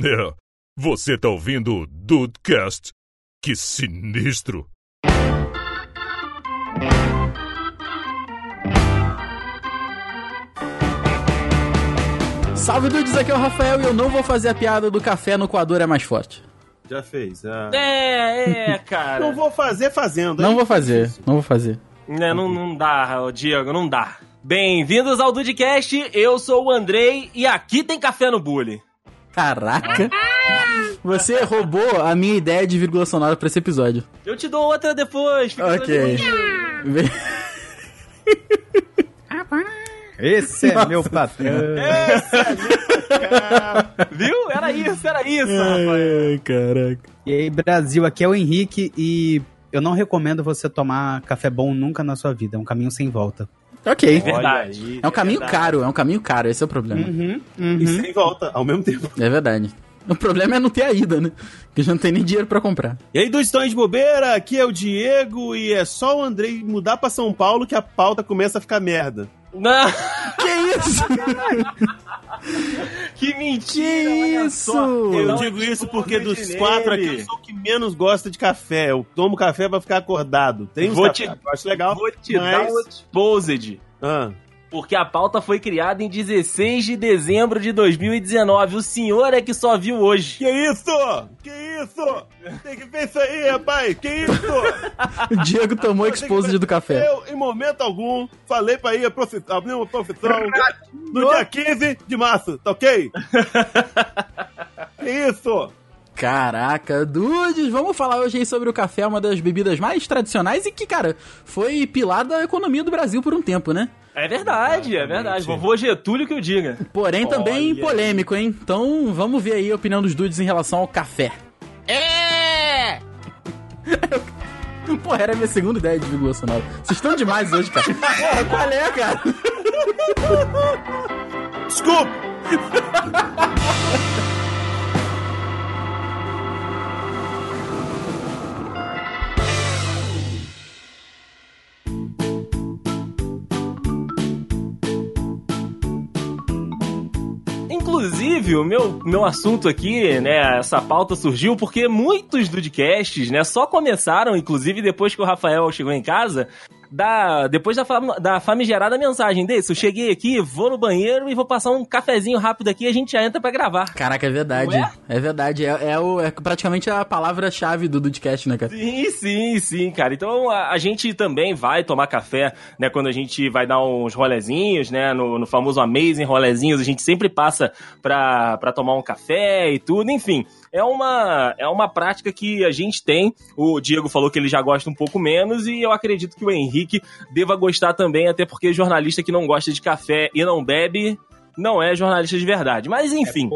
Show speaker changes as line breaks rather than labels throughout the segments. É, você tá ouvindo o Dudecast? Que sinistro!
Salve dudes, aqui é o Rafael e eu não vou fazer a piada do café no coador é mais forte.
Já fez. ah.
É, é,
Não
cara.
vou fazer fazendo. hein?
Não vou fazer, não vou fazer.
Né, não, não dá, ô Diego, não dá. Bem-vindos ao Dudcast, eu sou o Andrei e aqui tem café no bullying.
Caraca! Você roubou a minha ideia de vírgula sonora pra esse episódio.
Eu te dou outra depois, fica
Ok.
tranquilo.
Vem-
Esse é meu patrão.
Viu? Era isso, era isso,
É.
rapaz.
Ai, caraca.
E aí, Brasil, aqui é o Henrique e eu não recomendo você tomar café bom nunca na sua vida. É um caminho sem volta.
Ok.
É
Olha
verdade.
aí.
É um caminho
verdade.
caro, é um caminho caro, esse é o problema.
Uhum,
E sem volta, ao mesmo tempo.
É verdade. O problema é não ter a ida, né? Porque já não tem nem dinheiro pra comprar.
E aí, dois estão de bobeira, aqui é o Diego e é só o Andrei mudar pra São Paulo que a pauta começa a ficar merda.
Não,
Que isso?
que mentira!
Que
olha
isso?
só.
Eu
Não
digo isso
discordo
porque dos
de
quatro aqui
nele.
eu sou o que menos gosta de café. Eu tomo café pra ficar acordado. Tem uns
Vou
café
te-
que eu acho legal.
Vou te dar
mas-
o exposed.
Ah,
Porque a pauta foi criada em 16 de dezembro de 2019. O senhor é que só viu hoje.
que isso? Que isso? Tem que ver isso aí, rapaz. Que isso?
O Diego tomou exposed do café.
Eu, em momento algum, falei pra ir abrir uma profissão no dia 15 de março, tá ok? Que Isso!
Caraca, dudes, vamos falar hoje aí sobre o café, é uma das bebidas mais tradicionais e que, cara, foi pilar da economia do Brasil por um tempo, né?
É verdade, é verdade. Vovô Getúlio que eu diga.
Porém, também
Olha
polêmico, hein? Então, vamos ver aí a opinião dos dudes em relação ao café. É! Porra, era a minha segunda ideia de vírgula sonora. Vocês estão demais hoje, cara. Porra, qual é, cara?
Desculpa!
Inclusive, o meu, meu assunto aqui, né, essa pauta surgiu porque muitos Dudcasts, né, só começaram, inclusive depois que o Rafael chegou em casa, da, depois da, fam, da famigerada mensagem desse, eu cheguei aqui, vou no banheiro e vou passar um cafezinho rápido aqui e a gente já entra pra gravar.
Caraca, é verdade.
Ué?
É verdade. É, é o, é praticamente a palavra-chave do Dudcast, né, cara?
Sim, sim, sim, cara. Então a, a gente também vai tomar café, né? Quando a gente vai dar uns rolezinhos, né? No, no famoso Amazing Rolezinhos, a gente sempre passa pra, pra tomar um café e tudo, enfim. É uma, é uma prática que a gente tem. O Diego falou que ele já gosta um pouco menos, e eu acredito que o Henrique deva gostar também, até porque jornalista que não gosta de café e não bebe não é jornalista de verdade. Mas enfim.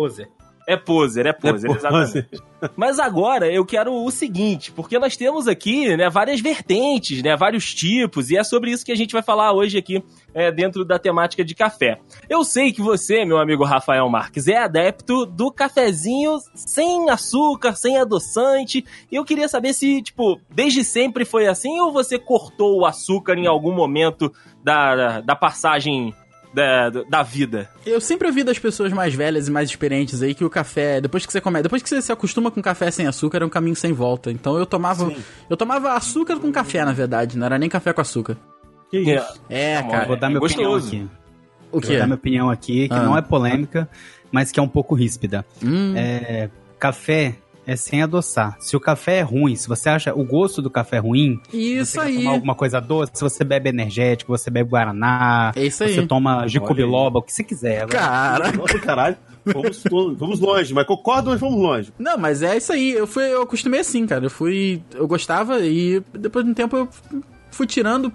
É poser, é poser, exatamente. Mas agora eu quero o seguinte, porque nós temos aqui né, várias vertentes, né, vários tipos, e é sobre isso que a gente vai falar hoje aqui é, dentro da temática de café. Eu sei que você, meu amigo Rafael Marques, é adepto do cafezinho sem açúcar, sem adoçante, e eu queria saber se, tipo, desde sempre foi assim ou você cortou o açúcar em algum momento da, da, da passagem da, da vida?
Eu sempre ouvi das pessoas mais velhas e mais experientes aí que o café, depois que você come, depois que você se acostuma com café sem açúcar, é um caminho sem volta. Então eu tomava, eu tomava açúcar com café, na verdade, não era nem café com açúcar.
Que isso?
É,
Tá bom,
cara.
Vou dar minha
Gostoso.
opinião aqui.
O
Vou
quê?
dar minha opinião aqui, que
Ah.
não é polêmica, mas que é um pouco ríspida.
Hum,
É, café é sem adoçar. Se o café é ruim, se você acha o gosto do café ruim,
isso
você quer
aí.
tomar alguma coisa doce, se você bebe energético, você bebe guaraná,
É isso
você
aí.
toma gico biloba, o que você quiser. Agora,
Cara.
Nossa, caralho. Vamos, vamos longe, mas concordo, mas vamos longe.
Não, mas é isso aí. Eu fui, eu acostumei assim, cara. Eu fui, eu gostava e depois de um tempo eu fui tirando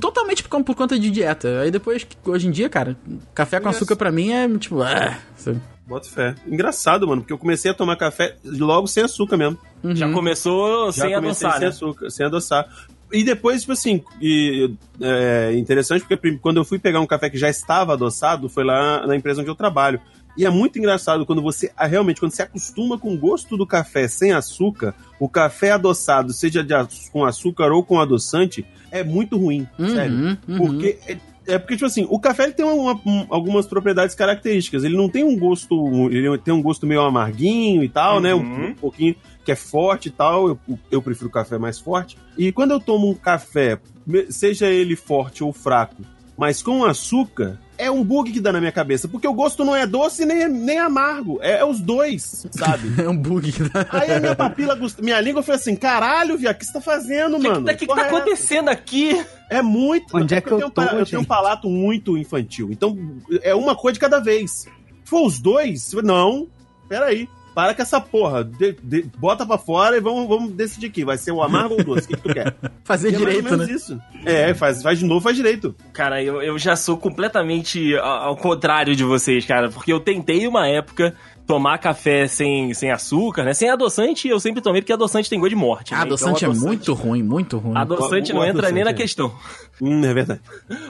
totalmente por, por conta de dieta. Aí depois, hoje em dia, cara, café com
Olha
açúcar pra mim é tipo, ah, sabe?
Bota fé. Engraçado, mano, porque eu comecei a tomar café logo sem açúcar mesmo.
Já
Uhum.
começou
Já
sem
comecei
adoçar,
sem
né?
açúcar, sem adoçar. E depois, tipo assim, e, é interessante porque prim- quando eu fui pegar um café que já estava adoçado, foi lá na empresa onde eu trabalho. E é muito engraçado quando você ah, realmente, quando você acostuma com o gosto do café sem açúcar, o café adoçado, seja de aç- com açúcar ou com adoçante, é muito ruim, sério.
Uhum, uhum.
Porque é- É porque, tipo assim, o café ele tem uma- um- algumas propriedades características. Ele não tem um gosto. Ele tem um gosto meio amarguinho e tal, né? Um, um pouquinho que é forte e tal. Eu, eu prefiro o café mais forte. E quando eu tomo um café, me- seja ele forte ou fraco, mas com açúcar. É um bug que dá na minha cabeça, porque o gosto não é doce nem, nem amargo, é, é os dois, sabe?
É um bug. né?
Aí a minha papila, gust- minha língua foi assim, caralho, viado, o que você tá fazendo, mano?
O que, que
Porra
tá
é essa?"
acontecendo aqui?
É muito.
Onde é
porque
que eu
tenho, um pa-
tô,
eu tenho um
gente?
palato muito infantil. Então, é uma coisa de cada vez. Se for os dois, se for- não, peraí. Para com essa porra. De- de- bota pra fora e vamos, vamos decidir aqui. Vai ser o amargo ou o doce? O que, que tu quer?
Fazer
E é mais ou
direito,
menos
né?
isso. É, faz, faz de novo, faz direito.
Cara, eu, eu já sou completamente a- ao contrário de vocês, cara, porque eu tentei uma época tomar café sem, sem açúcar, né? Sem adoçante, eu sempre tomei, porque adoçante tem gosto de morte.
Ah,
né?
adoçante
Então,
é muito ruim, muito ruim.
Adoçante
O- o
não entra nem na
adoçante, é.
questão.
Hum, é verdade.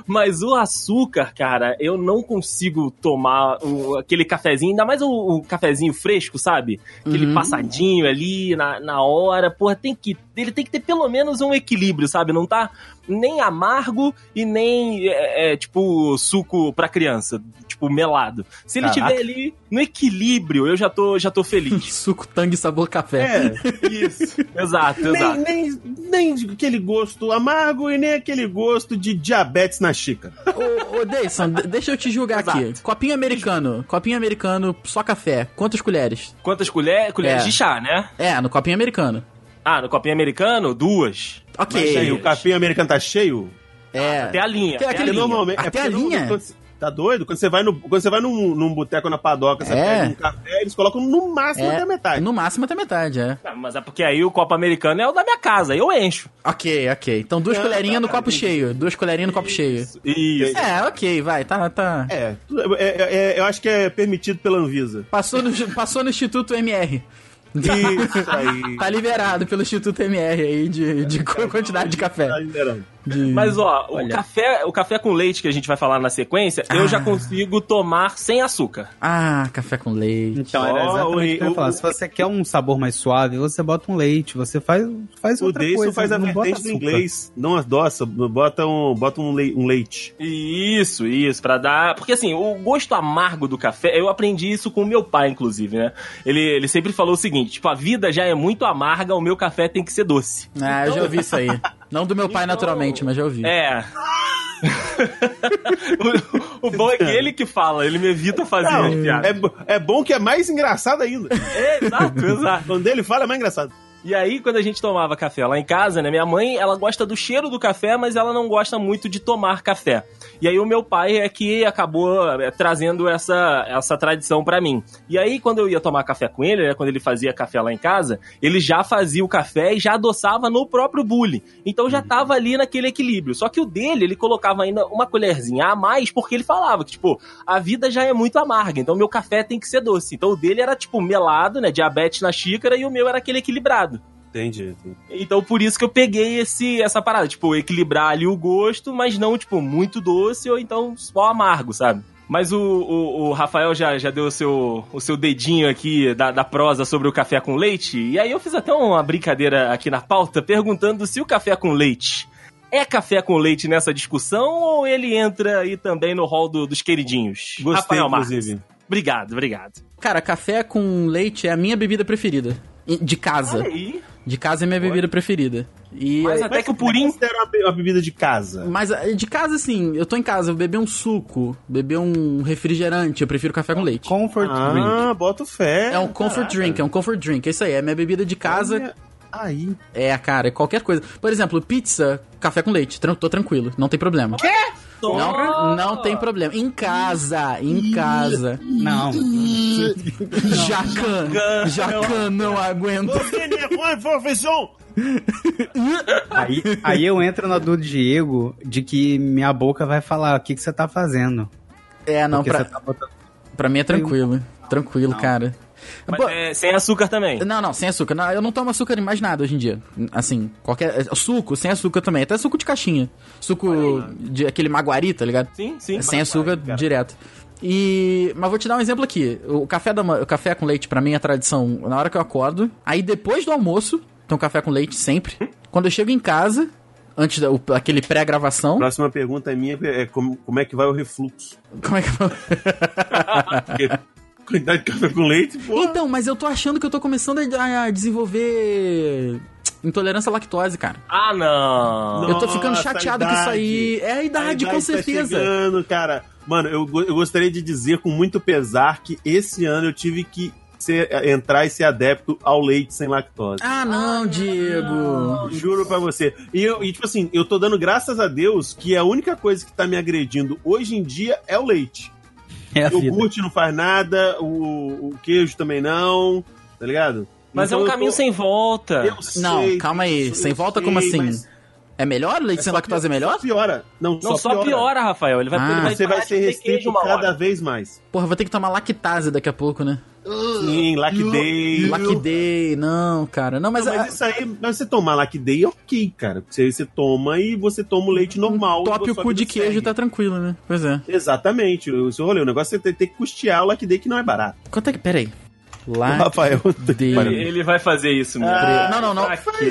Mas o açúcar, cara, eu não consigo tomar o- aquele cafezinho, ainda mais o, o cafezinho fresco, sabe? Aquele
Uhum.
passadinho ali na, na hora. Porra, tem que, ele tem que ter pelo menos um equilíbrio, sabe? Não tá nem amargo e nem, é, é, tipo, suco pra criança, tipo, melado. Se ele
Caraca.
tiver ali no equilíbrio, eu já tô, já tô feliz.
Suco tangue sabor café.
É.
Isso. Exato,
nem,
exato.
nem, nem aquele gosto amargo e nem aquele gosto de diabetes na xícara.
Ô, ô Deison, de- deixa eu te julgar
Exato.
aqui. Copinho americano. Copinho americano, só café. Quantas colheres?
Quantas colheres? Colheres
É.
de chá, né?
É, no copinho americano.
Ah, no copinho americano, duas.
Mas aí,
Ok.
o café americano tá cheio?
É.
Até a linha.
Tem
até a
aquele
Porque
linha.
normalmente. é
Até
porque
a
normalmente
linha?
quando você- tá doido? Quando você vai, no, quando você vai num, num boteco na padoca, você
É.
pega um café, eles colocam no máximo
É,
até a metade.
No máximo até metade, é.
Ah, mas é porque aí o copo americano é o da minha casa, eu encho.
Ok, ok. Então duas
Ah,
colherinhas no
tá, tá,
copo
entendi.
cheio. Duas colherinhas no copo cheio.
Isso.
É, ok, vai. Tá, tá.
É, tu- é, é, é, eu acho que é permitido pela Anvisa.
Passou, no, passou no Instituto MR.
Isso aí.
Tá liberado pelo Instituto MR aí de, de co- quantidade de
Tá
café.
liberando.
De-
Mas ó, o
Olha.
café, o café com leite que a gente vai falar na sequência, eu já consigo tomar sem açúcar.
Ah, café com leite.
Então, era
Ó,
exatamente o que eu
o-
ia falar.
o-
Se você quer um sabor mais suave, você bota um leite, você faz, faz
O
outra
Deison
coisa.
faz a
não bota
vertente do
açúcar.
inglês. Não adoça, bota um, bota um, lei- um leite.
Isso, isso, pra dar. Porque assim, o gosto amargo do café, eu aprendi isso com o meu pai, inclusive, né? Ele, ele sempre falou o seguinte: tipo, a vida já é muito amarga, o meu café tem que ser doce.
Ah, eu já ouvi isso aí. Não do meu pai,
Então-
naturalmente, mas já ouvi.
É. o, o bom é que ele que fala, ele me evita fazer
Não,
as piadas.
é, bo- é bom que é mais engraçado ainda.
É, exato, exato.
Quando ele fala, é mais engraçado.
E aí, quando a gente tomava café lá em casa, né? Minha mãe, ela gosta do cheiro do café, mas ela não gosta muito de tomar café. E aí, o meu pai é que acabou é, trazendo essa, essa tradição pra mim. E aí, quando eu ia tomar café com ele, né? Quando ele fazia café lá em casa, ele já fazia o café e já adoçava no próprio bule. Então, já tava ali naquele equilíbrio. Só que o dele, ele colocava ainda uma colherzinha a mais, porque ele falava que, tipo, a vida já é muito amarga, então meu café tem que ser doce. Então, o dele era, tipo, melado, né? Diabetes na xícara, e o meu era aquele equilibrado.
Entendi.
Então por isso que eu peguei esse, essa parada, tipo, equilibrar ali o gosto, mas não, tipo, muito doce ou então só amargo, sabe? Mas o, o, o Rafael já, já deu o seu, o seu dedinho aqui da, da prosa sobre o café com leite, e aí eu fiz até uma brincadeira aqui na pauta perguntando se o café com leite é café com leite nessa discussão ou ele entra aí também no hall do- dos queridinhos?
Gostei,
Rafael Marques.
inclusive.
Obrigado, obrigado.
Cara, café com leite é a minha bebida preferida. E- De casa.
Olha aí,
De casa é minha bebida preferida. E é,
mas é até
Mas
que o
é
purinho...
Considera uma be- uma bebida de casa.
Mas eh, de casa, assim, eu tô em casa, eu beber um suco, beber um refrigerante, eu prefiro café com leite.
Comfort drink.
Ah, bota fé.
É um comfort
Caraca.
drink, é um comfort drink, é isso aí, é minha bebida de casa.
Olha Aí.
É, cara, é qualquer coisa. Por exemplo, pizza, café com leite, tran- tô tranquilo, não tem problema. Não, não tem problema. Em casa, em casa.
Não.
Jacan, Jacan não aguenta.
Você não é profissão!
Aí, aí eu entro na do Diego de que minha boca vai falar o que, que você tá fazendo.
É, não,
Porque
pra,
você tá botando...
pra mim é tranquilo, tranquilo, cara.
Mas
Pô,
é sem açúcar também.
Não, não, sem açúcar. Não, eu não tomo açúcar em mais nada hoje em dia. Assim, qualquer. é, Suco, sem açúcar também. Até suco de caixinha. Suco de aquele maguari, tá ligado?
né? Sim, sim.
É, sem açúcar direto. E. Mas vou te dar um exemplo aqui. O café, da, ma- o café com leite, pra mim, é tradição na um
Hum?
hora que eu acordo. Aí depois do almoço, então café com leite sempre. Quando eu chego em casa. Antes da, o- aquele pré-gravação.
Próxima pergunta é minha é como, como é que vai o refluxo?
Como é que eu...
Porque quantidade de café com leite, pô.
Então, mas eu tô achando que eu tô começando a, a desenvolver intolerância à lactose, cara.
Ah, não.
eu tô ficando
Nossa,
chateado com isso aí. É a idade,
A idade
com
tá
certeza.
chegando, cara. Mano, eu, go- eu gostaria de dizer com muito pesar que esse ano eu tive que ser- é, entrar e ser adepto ao leite sem lactose.
ah, não, Diego.
Juro pra você. E, eu, e, tipo assim, eu tô dando graças a Deus que a única coisa que tá me agredindo hoje em dia é o leite.
É a
o
vida.
iogurte não faz nada, o, o queijo também não, tá ligado?
Mas
Então
é um
eu
caminho
tô-
sem volta.
Eu sei,
Não, calma aí.
eu
Sem volta,
sei,
como assim?
mas
É melhor? Leite sem
só
lactose é
pior-
melhor?
Só piora. Não,
Não, só, piora. Rafael. Ele vai,
Ah.
ele vai
Você vai
parar de
ser
comer
restrito
uma
cada
hora.
vez mais.
Porra, vou ter que tomar lactase daqui a pouco, né?
Uh.
Sim, lactei.
Lactei, não, cara. Não, mas. é-
Mas,
a-
isso aí, mas você tomar lactei é ok, cara. Você, você toma e você toma o leite normal.
Top
e
o
sua
cu de
vida
queijo
segue.
tá tranquilo, né? Pois é.
Exatamente, o seu rolê. O negócio é ter, ter que custear o lactei que não é barato.
Quanto é que. Peraí.
O
Lá.
Rafael.
Ele, ele vai fazer isso mesmo.
Ah,
Não, não, não.
pra quê?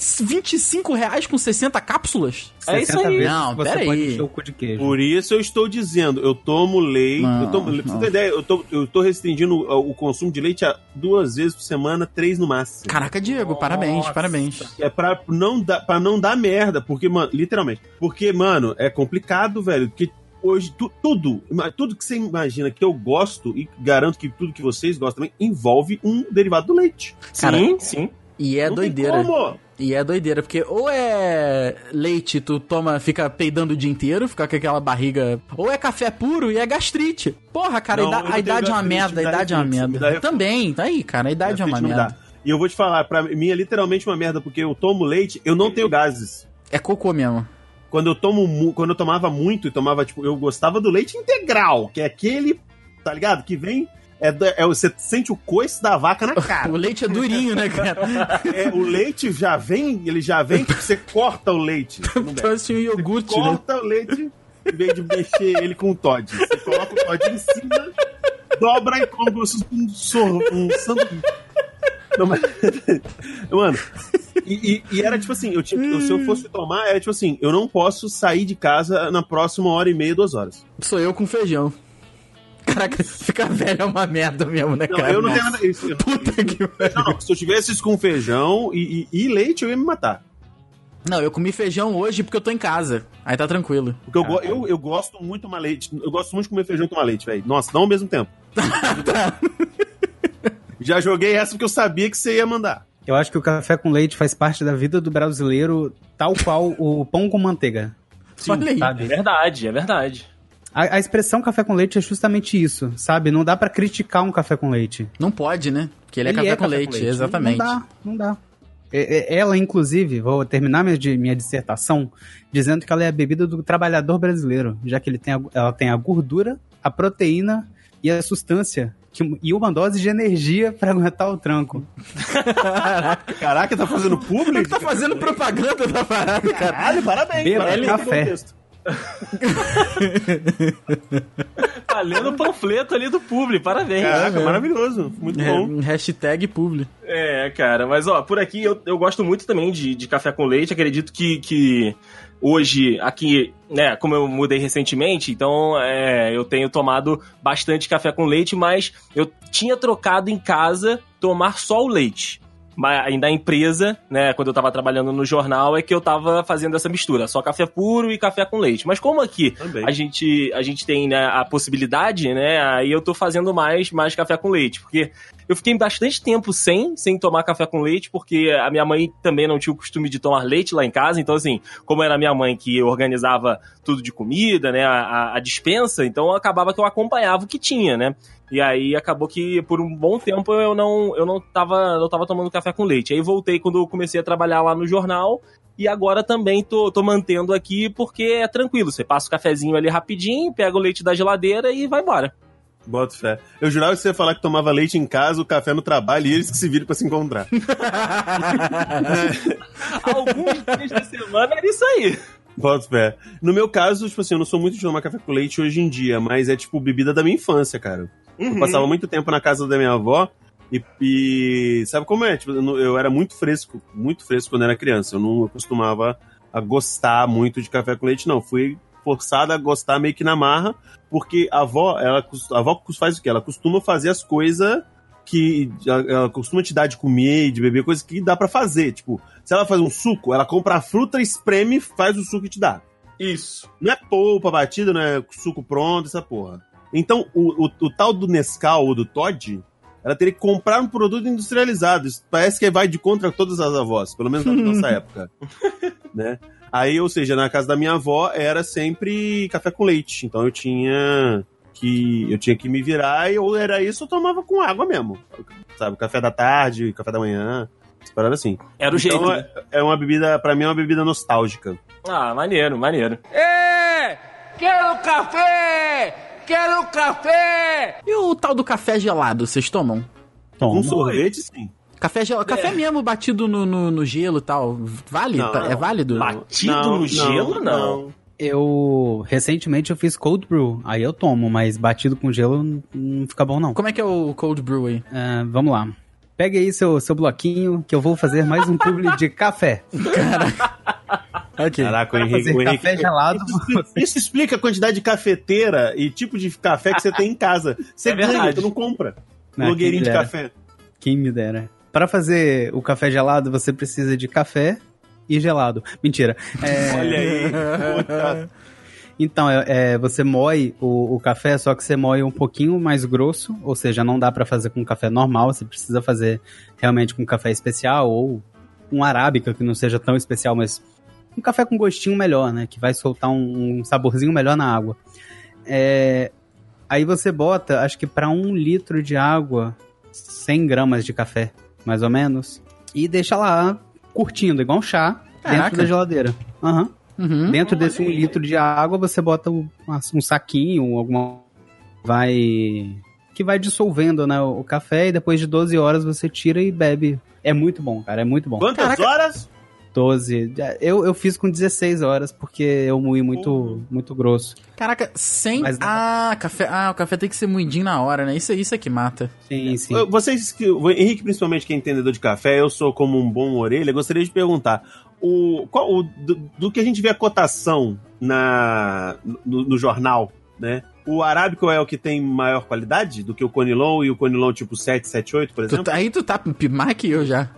125 reais com 60 cápsulas?
É isso aí.
vezes
Não,
você
pera
pode
aí.
encher o cu de queijo.
Por isso eu estou dizendo, eu tomo leite.
Não,
eu tomo, pra você
não.
ter ideia, eu tô, eu tô restringindo o, o consumo de leite a duas vezes por semana, três no máximo.
Caraca, Diego, parabéns, parabéns.
É pra não, dar, pra não dar merda, porque, mano, literalmente. Porque, mano, é complicado, velho. Porque hoje tu- tudo, ma- tudo que você imagina que eu gosto, e garanto que tudo que vocês gostam também, envolve um derivado do leite.
Cara,
Sim, sim.
E é
Não tem
doideira.
como.
E é doideira, porque ou é leite, tu toma, fica peidando o dia inteiro, fica com aquela barriga. Ou é café puro e é gastrite. Porra, cara, a
Não, eu
idade,
não
a idade é
tenho
uma
gastrite,
merda, a
me dá
idade é uma
refluxo, me dá
merda.
refluxo.
Também, tá aí, cara, a idade é uma
Leite não
merda.
dá. E eu vou te falar, pra mim é literalmente uma merda, porque eu tomo leite, eu não tenho gases.
É cocô mesmo.
quando eu tomo mu- quando eu tomava muito e tomava tipo eu gostava do leite integral que é aquele tá ligado que vem é, da- é o- você sente o coice da vaca na
O
cara
leite é durinho, né, cara?
É, o leite já vem ele já vem que você corta o leite Não dá.
então, assim, o iogurte, né?
corta o leite em vez de mexer ele com o Todd você coloca o Todd em cima dobra e come como se fosse um sorro um sanduíche Não, mas- Mano, e, e- e era tipo assim, eu tinha, que- se eu fosse tomar, era tipo assim, eu não posso sair de casa na próxima hora e meia, duas horas.
Sou eu com feijão. Caraca, ficar velho é uma merda mesmo, né,
Não,
cara?
eu não tenho nada disso. eu não-
Puta que pariu.
Não, não, se eu tivesse isso com feijão e, e- e leite, eu ia me matar.
Não, eu comi feijão hoje porque eu tô em casa. Aí tá tranquilo.
Porque eu, go- eu, eu gosto muito de tomar leite. Eu gosto muito de comer feijão e tomar leite, velho. Nossa, não ao mesmo tempo. Tá. Já joguei essa porque eu sabia que você ia mandar.
Eu acho que o café com leite faz parte da vida do brasileiro, tal qual o pão com manteiga.
Olha aí.
É
Sabe?
verdade, é verdade.
A, a expressão café com leite é justamente isso, sabe? Não dá pra criticar um café com leite.
Não pode, né? Porque ele, é café, com, leite, exatamente.
Não dá, não dá. É- é- Ela, inclusive, vou terminar minha, di- minha dissertação dizendo que ela é a bebida do trabalhador brasileiro, já que ele tem a, ela tem a gordura, a proteína e a sustância, que- e uma dose de energia pra aguentar o tranco.
Caraca, tá fazendo público?
Tá fazendo propaganda da parada, cara.
Caralho, parabéns.
Beba
parabéns pelo
café.
contexto.
Tá lendo o panfleto ali do publi, parabéns.
Caraca, maravilhoso. Muito bom.
É, hashtag publi.
É, cara, mas ó, por aqui eu, eu gosto muito também de, de café com leite. Acredito que, que hoje, aqui, né, como eu mudei recentemente, então é, eu tenho tomado bastante café com leite, mas eu tinha trocado em casa tomar só o leite. Mas ainda a empresa, né, quando eu tava trabalhando no jornal, é que eu tava fazendo essa mistura, só café puro e café com leite. Mas como aqui
Também.
a gente, a gente tem né, a possibilidade, né? Aí eu tô fazendo mais, mais café com leite, porque eu fiquei bastante tempo sem, sem tomar café com leite, porque a minha mãe também não tinha o costume de tomar leite lá em casa, então assim, como era a minha mãe que organizava tudo de comida, né, a, a- a dispensa, então acabava que eu acompanhava o que tinha, né? E aí acabou que por um bom tempo eu não eu não tava, não tava tomando café com leite. Aí voltei quando eu comecei a trabalhar lá no jornal e agora também tô, tô mantendo aqui porque é tranquilo, você passa o cafezinho ali rapidinho, pega o leite da geladeira e vai embora.
Boto fé. Eu jurava que você ia falar que tomava leite em casa, o café no trabalho e eles que se viram pra se encontrar.
Alguns dias da semana era isso aí.
Boto fé. No meu caso, tipo assim, eu não sou muito de tomar café com leite hoje em dia, mas é tipo bebida da minha infância, cara. Eu passava muito tempo na casa da minha avó e, e sabe como é? Tipo, eu, não- eu era muito fresco, muito fresco quando era criança. Eu não eu costumava a gostar muito de café com leite, não. Fui forçada a gostar meio que na marra, porque a avó, ela, a avó faz o quê? Ela costuma fazer as coisas que ela costuma te dar de comer, de beber, coisas que dá para fazer. Tipo, se ela faz um suco, ela compra a fruta, espreme, faz o suco e te dá.
Isso.
Não é polpa batida, não é suco pronto, essa porra. Então, o, o, o tal do Nescau ou do Todd, ela teria que comprar um produto industrializado. Isso parece que vai de contra todas as avós, pelo menos na nossa época. né? Aí, ou seja, na casa da minha avó era sempre café com leite. Então eu tinha que eu tinha que me virar e ou era isso ou tomava com água mesmo. Sabe, café da tarde, café da manhã, parada assim.
Era o jeito.
Então
né?
é, é uma bebida, para mim é uma bebida nostálgica.
Ah, maneiro, maneiro.
E o tal do café gelado, vocês tomam?
Toma.
um sorvete sim.
Café gelado, café mesmo batido no, no, no gelo e tal, vale?
Não,
Tá- é válido?
Batido no gelo, não.
Eu recentemente eu fiz cold brew, aí eu tomo, mas batido com gelo n- não fica bom não.
Como é que é o cold brew aí?
Ah, vamos lá. Pega aí seu, seu bloquinho que eu vou fazer mais um publi de café.
Ok.
Caraca, o
Para
Henrique,
fazer
o Henrique-
café gelado.
Isso explica a quantidade de cafeteira e tipo de café que você tem em casa. Você
É verdade.
ganha, tu não compra.
Não,
Blogueirinho
quem
de
dera.
café.
Quem me dera. Para fazer o café gelado, você precisa de café e gelado. Mentira. É,
Olha aí. Puta.
Então, é, é, você moe o, o café, só que você moe um pouquinho mais grosso, ou seja, não dá pra fazer com café normal, você precisa fazer realmente com café especial ou um arábica que não seja tão especial, mas um café com gostinho melhor, né? Que vai soltar um, um saborzinho melhor na água. É, aí você bota, acho que pra um litro de água, 100 gramas de café, mais ou menos, e deixa lá curtindo, igual um chá,
Caraca.
dentro da geladeira. Aham.
Uhum.
Dentro desse um litro de água, você bota um, um saquinho, alguma. Vai. Que vai dissolvendo, né? O café, e depois de 12 horas você tira e bebe. É muito bom, cara. É muito bom.
Quantas
Caraca.
horas?
12. Eu, eu fiz com 16 horas, porque eu moí muito, muito grosso.
Caraca, sem.
Mas não.
Ah, café. Ah, o café tem que ser moidinho na hora, né? Isso, é- isso é que mata.
Sim, sim.
Eu- Vocês, que- é o Henrique, principalmente, que é entendedor de café, eu sou como um bom orelha, gostaria de perguntar: o, qual, o- do, do que a gente vê a cotação na, no, no jornal, né? O arábico é o que tem maior qualidade do que o Conilon e o Conilon tipo 778, por
Tu
exemplo?
tá- aí tu tá pimar que eu já.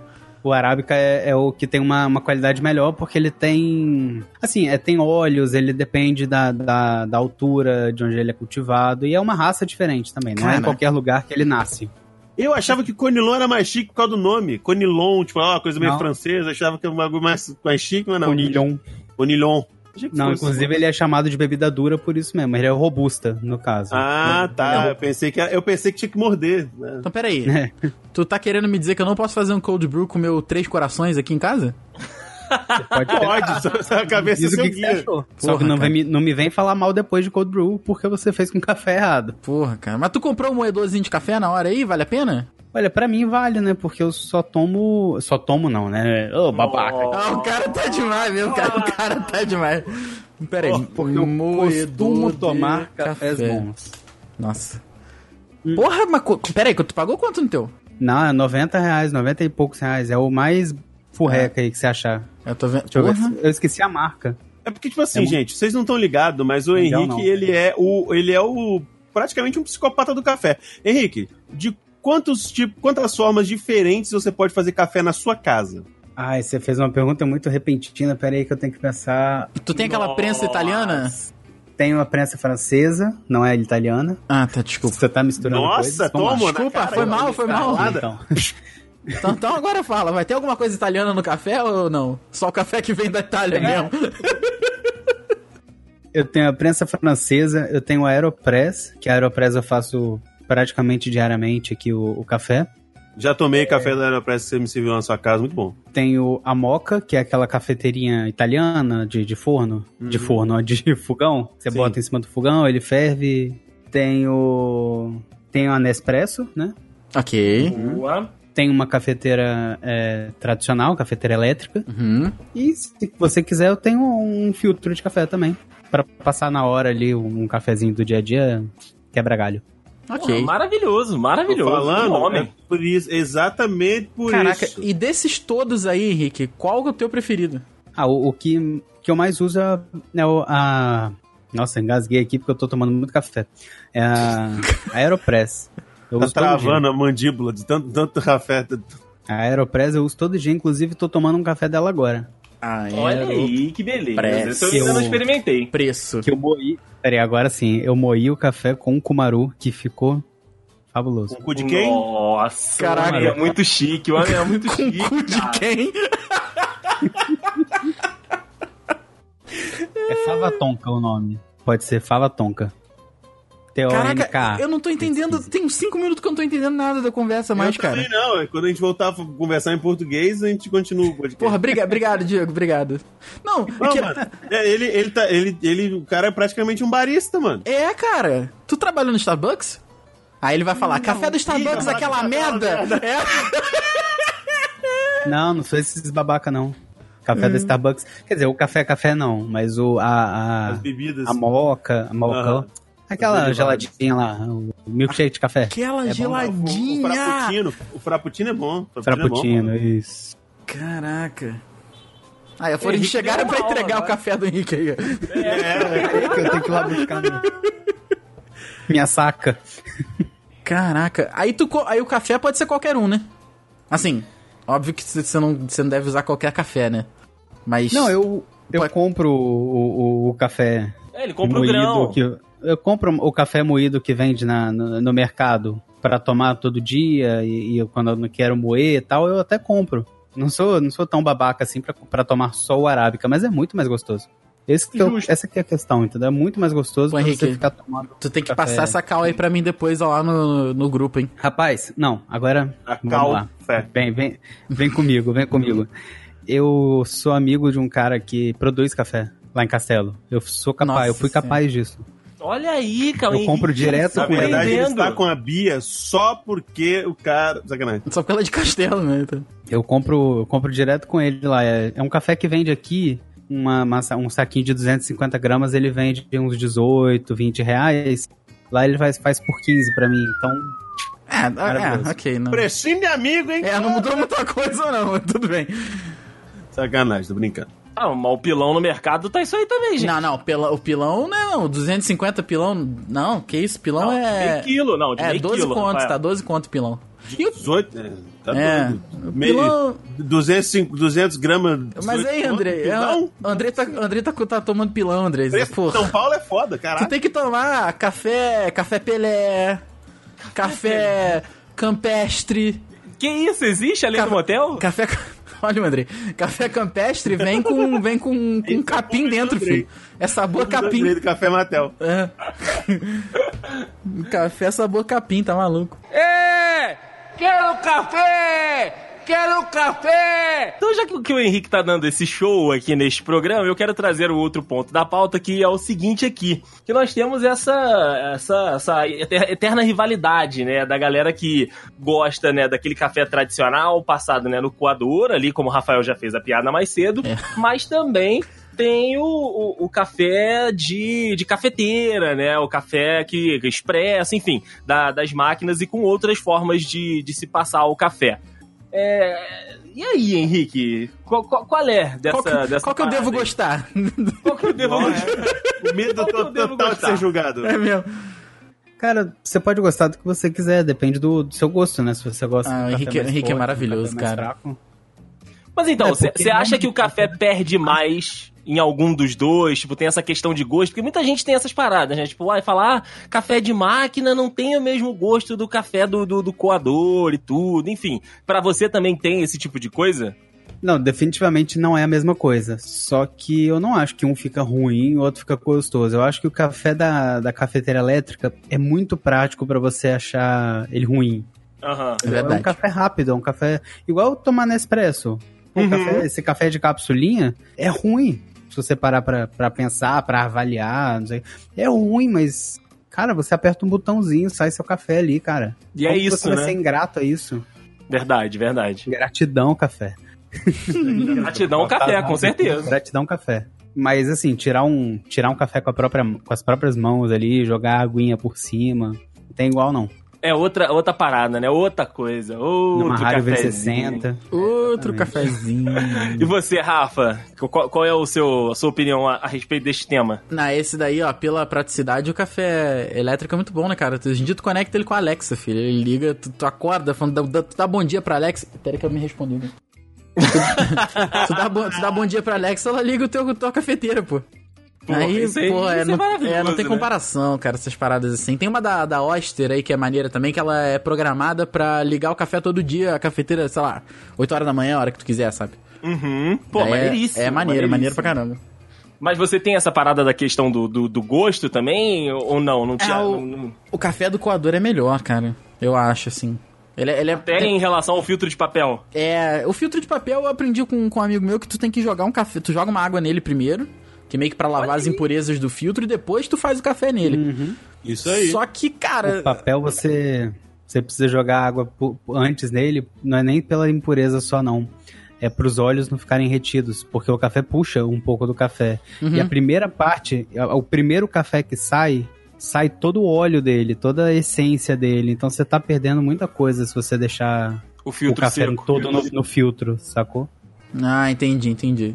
O arábica é, é o que tem uma, uma qualidade melhor, porque ele tem. Assim, é, tem óleos, ele depende da, da, da altura de onde ele é cultivado. E é uma raça diferente também, não é em
Caraca.
qualquer lugar que ele nasce.
Eu achava que Conilon era mais chique por causa do nome. Conilon, tipo, ó, uma coisa meio
Não.
francesa, achava que era um bagulho mais, mais chique, mas não.
Conilhão.
Conilon. Achei que
Não,
fosse.
inclusive ele é chamado de bebida dura por isso mesmo. Ele é robusta, no caso.
Ah, tá. Eu pensei que, era- eu pensei que tinha que morder. né?
Então peraí.
É.
Tu tá querendo me dizer que eu não posso fazer um cold brew com meu três corações aqui em casa?
Pode ter.
Pode, só, só a cabeça é
Diz o
seu
Ah. que, que você
guia.
achou. Só que
Porra,
não,
cara.
vem me- não me vem falar mal depois de cold brew porque você fez com café errado.
Porra, cara. Mas tu comprou um moedorzinho de café na hora aí? Vale a pena?
Olha, pra mim vale, né? Porque eu só tomo... Só tomo não, né? Ô, babaca.
Ah, o cara tá demais mesmo, cara. O cara tá demais. Peraí.
Porque eu costumo tomar cafés bons.
Nossa. Porra, mas co- peraí, tu pagou quanto no teu?
Não, é 90 reais, 90 e poucos reais. É o mais furreca aí que você achar.
Eu tô vendo.
Deixa eu ver.
Porra.
se- Eu esqueci a marca.
É porque, tipo assim,
É muito-
gente, vocês não estão ligados, mas o
Legal,
Henrique,
não.
ele é o. Ele é o. praticamente um psicopata do café. Henrique, de quantos tipos, quantas formas diferentes você pode fazer café na sua casa?
Ai, você fez uma pergunta muito repentina. Pera aí que eu tenho que pensar.
Tu tem aquela prensa italiana?
Tem uma prensa francesa, não é italiana.
Ah, tá, desculpa.
Você tá misturando
Nossa,
coisas. Vamos lá.
toma, né?
Desculpa, foi mal, foi mal.
Nada. Então.
Então, então agora fala, vai ter alguma coisa italiana no café ou não? Só o café que vem da Itália mesmo.
Eu tenho a prensa francesa, eu tenho a Aeropress, que a Aeropress eu faço praticamente diariamente aqui o, o café.
Já tomei café da Aeropress que você me serviu na sua casa, muito bom.
Tenho a Moca, que é aquela cafeteirinha italiana de, de forno. De forno, ó, de fogão. Você
Uhum. Sim.
bota em cima do fogão, ele ferve. Tenho. Tenho a Nespresso, né?
Ok.
Boa.
Tenho uma cafeteira é, tradicional, cafeteira elétrica.
Uhum.
E se você quiser, eu tenho um filtro de café também. Pra passar na hora ali um cafezinho do dia a dia, quebra galho.
Porra,
Ok.
maravilhoso, maravilhoso.
Tô falando,
Que homem.
é por isso, exatamente por
Caraca,
isso.
e desses todos aí, Henrique, qual é o teu preferido?
Ah, o, o que, que eu mais uso é né, o- a. Nossa, engasguei aqui porque eu tô tomando muito café. É a a Aeropress. Eu
Tá
uso todo dia.
travando a mandíbula de tanto, tanto café.
A Aeropress eu uso todo dia, inclusive tô tomando um café dela agora.
Ah,
Olha
era o
aí, que beleza.
Parece
Esse eu ainda não
o-
experimentei.
preço.
Que eu moí. Peraí, agora sim, eu moí o café com o Kumaru, que ficou fabuloso.
Com o cu de quem?
Nossa,
Caraca.
é muito chique, o homem é muito chique.
Um Cu
cara.
de quem?
É Fava Tonka o nome. Pode ser Fava Tonka. T-O-N-K.
Caraca, eu não tô entendendo. Tem uns 5 minutos que eu não tô entendendo nada da conversa mais,
eu
cara.
também não. é Quando a gente voltar a conversar em português, a gente continua o podcast.
Porra, briga- obrigado, Diego, obrigado. Não,
Não,
que-
mano, é, ele, ele tá, ele, ele, o cara é praticamente um barista, mano.
é, cara. Tu trabalhou no Starbucks? Aí ele vai falar, café do Starbucks,
Ih,
aquela
café daquela
merda. É.
Não, não sou esses babaca, não. Café
Hum.
da Starbucks. Quer dizer, o café é café não, mas o, a, a,
As bebidas.
a moca, a moca.
Aham.
Aquela
Os derivados.
geladinha lá, o milkshake de café.
Aquela
É bom,
O
geladinha.
frappuccino. O frappuccino é bom. O
Frappuccino,
É bom,
isso.
Caraca. Aí a Florinha
Henrique
chegaram
deu
pra
uma
entregar
aula,
o café do Henrique aí.
É que eu tenho que ir lá buscar né? minha, minha saca.
Caraca. Aí, tu, co- aí o café pode ser qualquer um, né? Assim, óbvio que c- você não, você não deve usar qualquer café, né? Mas.
Não, eu, eu
Pode-
compro o, o- o café
É, ele compra o
moído
grão.
que- eu compro o café moído que vende na, no, no mercado pra tomar todo dia e, e eu, quando eu não quero moer e tal, eu até compro. Não sou, não sou tão babaca assim pra- pra tomar só o arábica, mas é muito mais gostoso. Esse que eu- essa que é a questão, entendeu? É muito mais gostoso
Pô,
pra você
Henrique,
ficar tomando.
Tu tem que
café.
passar essa cal aí pra mim depois ó, lá no, no grupo, hein?
Rapaz, não, agora
A
vamos
cal-
lá.
fé.
Vem, vem, vem comigo, vem comigo. Eu sou amigo de um cara que produz café lá em Castelo. Eu sou capaz,
Nossa
eu fui
Senhora.
bom. capaz disso.
Olha aí, cara.
Eu
o
compro
Henrique
direto
Na
com ele.
verdade, ele
surpreendendo.
está com a Bia só porque o cara. Sacanagem.
Só porque ela é de castelo, né? Então,
Eu compro, eu compro direto com ele lá. É, é um café que vende aqui uma massa, um saquinho de 250 gramas, ele vende uns 18, 20 reais. Lá ele faz, faz por 15 pra mim. Então,
É, é,
Maravilhoso.
ok, não.
Precinho de amigo, hein?
É, não mudou muita coisa, não, mas tudo bem.
Sacanagem, tô brincando.
Ah, mas o pilão no mercado tá isso aí também, gente.
Não, não, pela, o pilão não, 250 pilão, não, que isso, pilão
Não, de
é.
meio quilo, não, de
é,
meio
12
quilo,
conto,
Rafael.
tá? 12 conto o pilão. E o,
18. É, tá
é,
doido.
o
Meio-
pilão.
200, 200 gramas.
Mas
18
aí,
conto,
André, é,
pilão?
André, tá, André tá, tá tomando pilão, André. Porra.
São Paulo é foda,
Tu
caralho.
tem que tomar café, café Pelé, café campestre,
Que isso, existe ali
tá? Cara,
no motel?
café... Olha, o André, café campestre vem com, vem com, com
Isso é
capim
puro
dentro,
Andrei.
filho. É sabor
Lembrei
capim.
Do café Matel.
É. café sabor capim, tá maluco.
Quero café! Quero café! Então, já que, que o Henrique tá dando esse show aqui neste programa, eu quero trazer o outro ponto da pauta, que é o seguinte aqui. Que nós temos essa, essa, essa eter- eterna rivalidade, né? Da galera que gosta, né, daquele café tradicional, passado, né, no coador ali, como o Rafael já fez a piada mais cedo,
É.
mas também tem o, o, o café de, de cafeteira, né? O café que, que expressa, enfim, da- das máquinas e com outras formas de, de se passar o café. É, e aí, Henrique? Qual, qual- qual é dessa.
Qual que,
dessa
qual que eu
parada
devo
aí?
gostar?
Qual que eu devo gostar?
O medo
Qual que eu devo
total de
gostar?
ser julgado.
é mesmo.
cara, você pode gostar do que você quiser, depende do, do seu gosto, né? Se você gosta
Ah, o
de um café
Henrique-
mais
Henrique é
forte, um
maravilhoso,
café mais
cara.
fraco.
Mas então,
É, né?
você
porque
você
não-
acha que o café perde mais em algum dos dois? Tipo, tem essa questão de gosto? Porque muita gente tem essas paradas, né? Tipo, vai falar, ah, café de máquina não tem o mesmo gosto do café do, do, do coador e tudo. Enfim, pra você também tem esse tipo de coisa?
Não, definitivamente não é a mesma coisa. Só que eu não acho que um fica ruim e o outro fica gostoso. Eu acho que o café da, da cafeteira elétrica é muito prático pra você achar ele ruim.
Aham.
É verdade.
É um café rápido, é um café. Igual tomar Nespresso. Um
Uhum.
café- esse café de capsulinha é ruim. Se você parar pra, pra pensar, pra avaliar, não sei. É ruim, mas. Cara, você aperta um botãozinho, sai seu café ali, cara.
E é
Como que
isso,
você
né?
vai ser ingrato a isso.
Verdade, verdade.
Gratidão, café. Uhum.
Gratidão ao um café, com certeza.
Gratidão, café. Mas assim, tirar um, tirar um café com, a própria, com as próprias mãos ali, jogar a aguinha por cima. Não tem igual, não.
É outra, outra parada, né? Outra coisa. Outro
Numa Rádio
cafezinho.
V60.
Outro
Exatamente.
cafezinho.
E você, Rafa? Qual, qual é o seu, a sua opinião a, a respeito deste tema?
Na esse daí, ó, pela praticidade, o café elétrico é muito bom, né, cara? Hoje em dia tu conecta ele com a Alexa, filho. Ele liga, tu, tu acorda, falando, dá- dá- tu dá bom dia pra Alexa. Pera que eu me respondi. né? tu, dá bom, tu dá bom dia pra Alexa, ela liga o teu, tua cafeteira, pô.
Pô,
aí,
isso aí-
pô, é,
isso é
não,
maravilhoso,
é, não tem
né?
comparação, cara, essas paradas assim. Tem uma da, da Oster aí, que é maneira também, que ela é programada pra ligar o café todo dia, a cafeteira, sei lá, 8 horas da manhã, a hora que tu quiser, sabe?
Uhum. Pô,
é,
maneiríssimo.
É maneiro,
maneiríssimo.
maneiro pra caramba.
Mas você tem essa parada da questão do, do, do gosto também? Ou não? Não, tinha,
É, o-
não, não-
O café do coador é melhor, cara. Eu acho, assim. Ele, é- ele é,
Até em relação ao filtro de papel.
é. O filtro de papel eu aprendi com, com um amigo meu que tu tem que jogar um café. Tu joga uma água nele primeiro, que meio que pra lavar as impurezas do filtro, e depois tu faz o café nele.
Uhum. Isso aí. Ah,
Só que, cara.
O papel você, você precisa jogar água pu- antes nele, não é nem pela impureza só não. É para os olhos não ficarem retidos, porque o café puxa um pouco do café.
Uhum.
E a primeira parte, a- o primeiro café que sai, sai todo o óleo dele, toda a essência dele. Então você tá perdendo muita coisa se você deixar
O
o
filtro
café
seco.
todo no, no filtro, sacou?
Ah, entendi, entendi.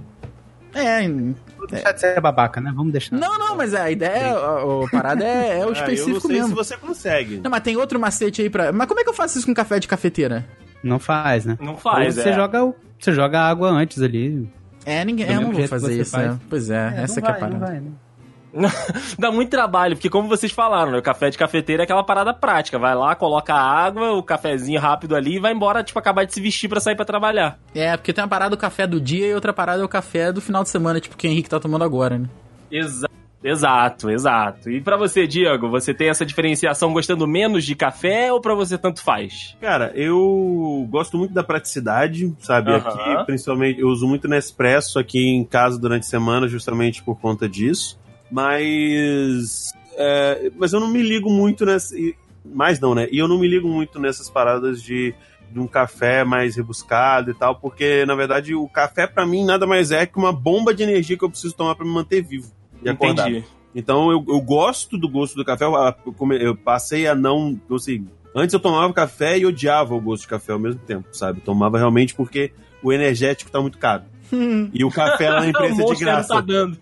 É.
Vou Deixar de ser babaca, né? Vamos deixar.
Não, não, mas a ideia, a, a parada é, é o
Ah, eu não
específico
sei
mesmo.
se você consegue.
Não, mas tem outro macete aí pra. Mas como é que eu faço isso com café de cafeteira?
Não faz, né?
Não faz,
Ou você
é.
joga o- você joga a água antes ali.
É, ninguém.
Do
Eu
mesmo
não vou
jeito que
fazer
você
isso,
faz.
né? Pois é, essa
não
que é a
vai,
parada.
não vai, né?
Dá muito trabalho, porque como vocês falaram, né, o café de cafeteira é aquela parada prática. Vai lá, coloca a água, o cafezinho rápido ali e vai embora, tipo, acabar de se vestir pra sair pra trabalhar.
É, porque tem uma parada do café do dia e outra parada é o café do final de semana, tipo que o Henrique tá tomando agora, né?
Exato. Exato, exato. E pra você, Diego, você tem essa diferenciação gostando menos de café ou pra você tanto faz?
Cara, eu gosto muito da praticidade, sabe?
Aham.
Aqui, principalmente, eu uso muito Nespresso aqui em casa durante a semana, justamente por conta disso. Mas. é, mas eu não me ligo muito nessa. e- Mais não, né? E eu não me ligo muito nessas paradas de, de um café mais rebuscado e tal, porque, na verdade, o café pra mim nada mais é que uma bomba de energia que eu preciso tomar pra me manter vivo e acordar.
Entendi.
Então eu, eu gosto do gosto do café. Eu, a- eu come- eu passei a não. Assim, antes eu tomava café e odiava o gosto de café ao mesmo tempo, sabe? Eu tomava realmente porque o energético tá muito caro. E o café lá na
O
empresa é de
monstro não tá
graça.
dando.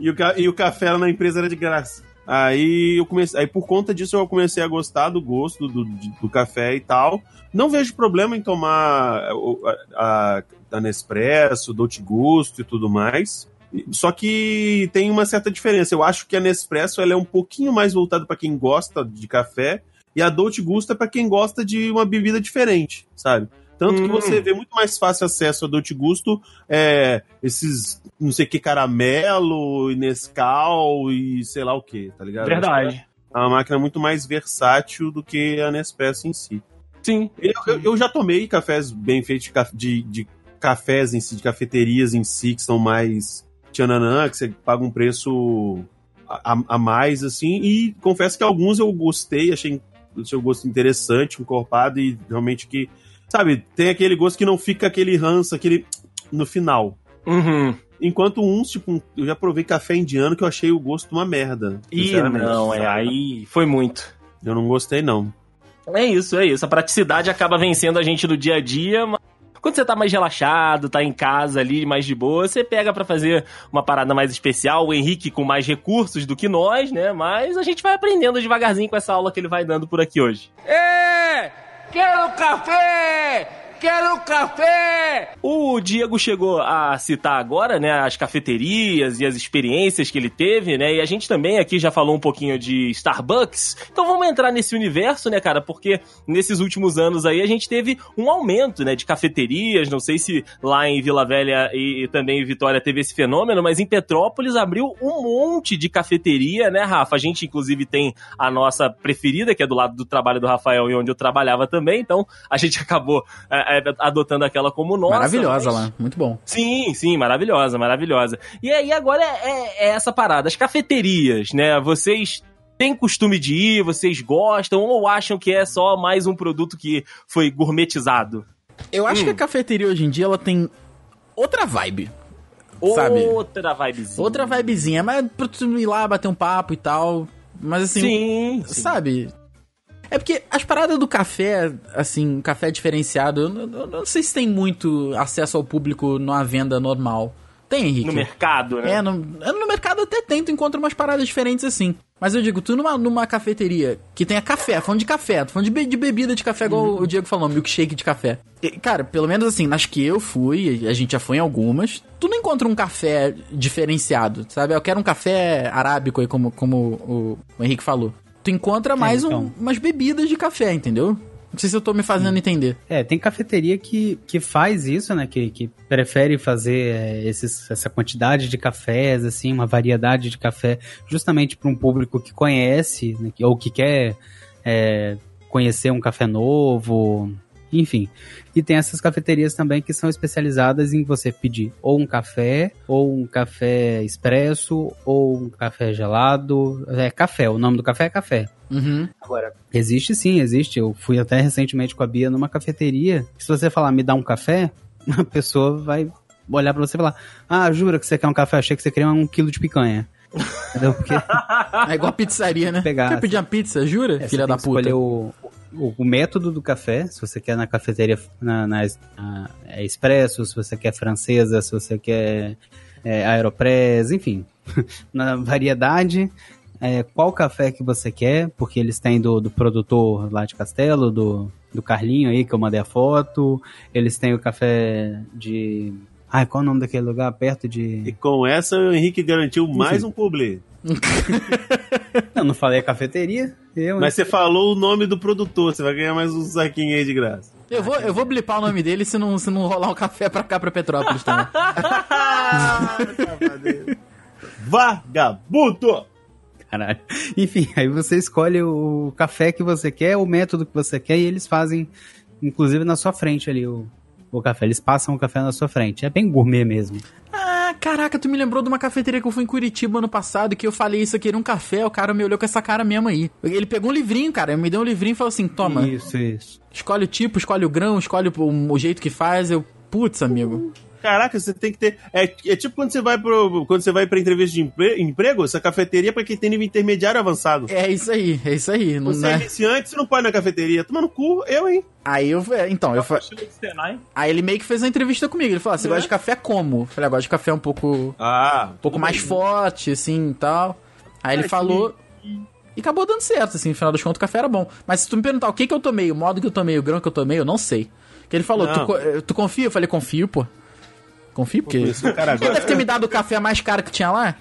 E o, ca- e o café lá na empresa era de graça. Aí eu comecei. Aí por conta disso eu comecei a gostar do gosto do, do, do café e tal. Não vejo problema em tomar eh, o- a, a, a Nespresso, Dolce Gusto e tudo mais. E- Só que tem uma certa diferença. Eu acho que a Nespresso ela é um pouquinho mais voltada para quem gosta de café e a Dolce Gusto é para quem gosta de uma bebida diferente, sabe? Tanto que
Hum.
você vê muito mais fácil acesso a Dolce Gusto, é, esses não sei o que caramelo e Nescau e sei lá o que, tá ligado?
Verdade.
É uma máquina muito mais versátil do que a Nespresso em si.
Sim.
Eu, eu- eu já tomei cafés bem feitos de, ca- de, de cafés em si, de cafeterias em si, que são mais tchananã, que você paga um preço a, a- a mais, assim, e confesso que alguns eu gostei, achei, achei o gosto interessante, encorpado, e realmente que, sabe, tem aquele gosto que não fica aquele ranço, aquele no final.
Uhum.
Enquanto uns, tipo, eu já provei café indiano que eu achei o gosto uma merda.
Ih,
sinceramente,
não, é
sabe?
aí. Foi muito.
Eu não gostei, não.
É isso, é isso. A praticidade acaba vencendo a gente no dia a dia, mas quando você tá mais relaxado, tá em casa ali, mais de boa, você pega pra fazer uma parada mais especial, o Henrique com mais recursos do que nós, né? Mas a gente vai aprendendo devagarzinho com essa aula que ele vai dando por aqui hoje. O Diego chegou a citar agora, né, as cafeterias e as experiências que ele teve, né? E a gente também aqui já falou um pouquinho de Starbucks. Então vamos entrar nesse universo, né, cara? Porque nesses últimos anos aí a gente teve um aumento, né, de cafeterias. Não sei se lá em Vila Velha e, e também em Vitória teve esse fenômeno, mas em Petrópolis abriu um monte de cafeteria, né, Rafa? A gente inclusive tem a nossa preferida, que é do lado do trabalho do Rafael e onde eu trabalhava também. Então a gente acabou é, é, adotando aquela como nossa.
Maravilhosa
mas-
lá, muito bom.
Sim, sim, maravilhosa, maravilhosa. E aí agora é, é- é essa parada, as cafeterias, né? Vocês têm costume de ir, vocês gostam ou acham que é só mais um produto que foi gourmetizado?
Eu acho
Hum.
que a cafeteria hoje em dia ela tem outra vibe. Sabe?
Outra vibezinha.
Outra vibezinha, é mas pra tu ir lá bater um papo e tal. Mas assim,
Sim, sim.
sabe? É porque as paradas do café, assim, café diferenciado, eu, n- eu não sei se tem muito acesso ao público numa venda normal. Tem, Henrique?
No mercado, né?
É, no, no mercado até tem, tu encontra umas paradas diferentes assim. Mas eu digo, tu numa, numa cafeteria que tenha café, falando de café, tô falando de, be- de bebida de café, igual o Diego falou, milkshake de café. E, cara, pelo menos assim, nas que eu fui, a gente já foi em algumas, tu não encontra um café diferenciado, sabe? Eu quero um café arábico aí, como, como o, o Henrique falou. Tu encontra mais um-
então.
umas bebidas de café, entendeu? Não sei se eu tô me fazendo entender.
É, tem cafeteria que, que faz isso, né? Que, que prefere fazer é, esses, essa quantidade de cafés, assim, uma variedade de café, justamente para um público que conhece, né, que- ou que quer é, conhecer um café novo, enfim. E tem essas cafeterias também que são especializadas em você pedir ou um café, ou um café expresso, ou um café gelado. É café, o nome do café é café.
Uhum.
Agora, existe sim, existe. Eu fui até recentemente com a Bia numa cafeteria. Se você falar, me dá um café, a pessoa vai olhar pra você e falar: Ah, jura que você quer um café? Achei que você queria um quilo de picanha. Entendeu? Porque
É igual a pizzaria, né?
Pegar,
Quer pedir uma pizza, jura?
é,
Filha
você tem
da
que
puta.
escolher o, o, o método do café, se você quer na cafeteria na, na, na- é expresso, se você quer francesa, se você quer é, aeropress, enfim. na variedade, é, qual café que você quer, porque eles têm do, do produtor lá de Castelo, do, do Carlinho aí, que eu mandei a foto. Eles têm o café de... Ai, qual é o nome daquele lugar? Perto
E
de...
com essa, o Henrique garantiu mais um publi.
Eu não falei cafeteria. Eu,
Mas você falou o nome do produtor, você vai ganhar mais um saquinho aí de graça.
Eu vou, eu vou blipar o nome dele se não, se não rolar um café pra cá, pra Petrópolis também.
Vagabundo!
Caralho. Enfim, aí você escolhe o café que você quer, o método que você quer, e eles fazem, inclusive, na sua frente ali o, o café. Eles passam o café na sua frente. É bem gourmet mesmo.
Ah, caraca, tu me lembrou de uma cafeteria que eu fui em Curitiba ano passado que eu falei isso aqui, era um café, o cara me olhou com essa cara mesmo aí. Ele pegou um livrinho, cara, me deu um livrinho e falou assim, toma,
Isso, isso.
escolhe o tipo, escolhe o grão, escolhe o, o jeito que faz, eu... Putz, amigo.
Caraca, você tem que ter. É, é tipo quando você vai pro, quando você vai para entrevista de empre- emprego, essa cafeteria é pra quem tem nível intermediário
Né?
avançado.
É isso aí, é isso aí. Não
Você é
é...
iniciante, você não pode ir na cafeteria. Toma no cu, eu, hein?
Aí eu... Então, eu... fa-
Estilo de Senai.
Aí ele meio que fez uma entrevista comigo. Ele falou, ah, você gosta de café como? Eu falei, ah, gosto de café um pouco...
Ah,
um pouco mais forte, assim, e tal. Aí
Ah,
ele falou... E acabou dando certo, assim, no final das contas o café era bom. Mas se tu me perguntar o que que eu tomei, o modo que eu tomei, o grão que eu tomei, eu não sei. Que ele falou, tu,
Não.
co- eh, tu confia? Eu falei, confio, pô. Confio, porque... Ele
Cara, agora.
deve ter me dado o café mais caro que tinha lá.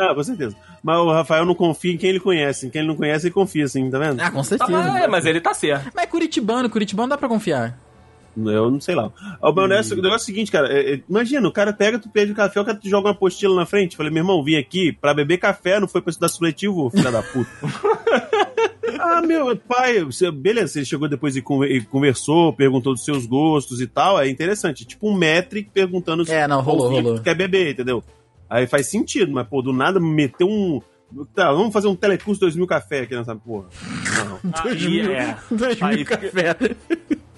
Ah, com certeza. Mas o Rafael não confia em quem ele conhece. Em quem ele não conhece, ele confia, assim, tá vendo?
Ah, com
Ah,
certeza.
mas, é, mas ele tá certo.
Mas é curitibano, curitibano dá pra confiar.
Eu não sei lá. Ah, mas O negócio, o negócio é o seguinte, cara. é- é- imagina, o cara pega, tu pede o café, o cara te joga uma apostila na frente. Eu Falei, meu irmão, vim aqui pra beber café, não foi pra estudar supletivo, filha da puta. ah, meu pai, você- beleza, ele chegou depois e, con- e conversou, perguntou dos seus gostos e tal. É interessante. Tipo um metric perguntando se
É, não, rolou,
qual vinho que
rolou.
tu quer beber, entendeu? Aí faz sentido, mas, pô, do nada meter um. Tá, vamos fazer um telecurso 2000 café aqui nessa porra. Não.
Aí, é.
Dois mil
Aí fica-
café.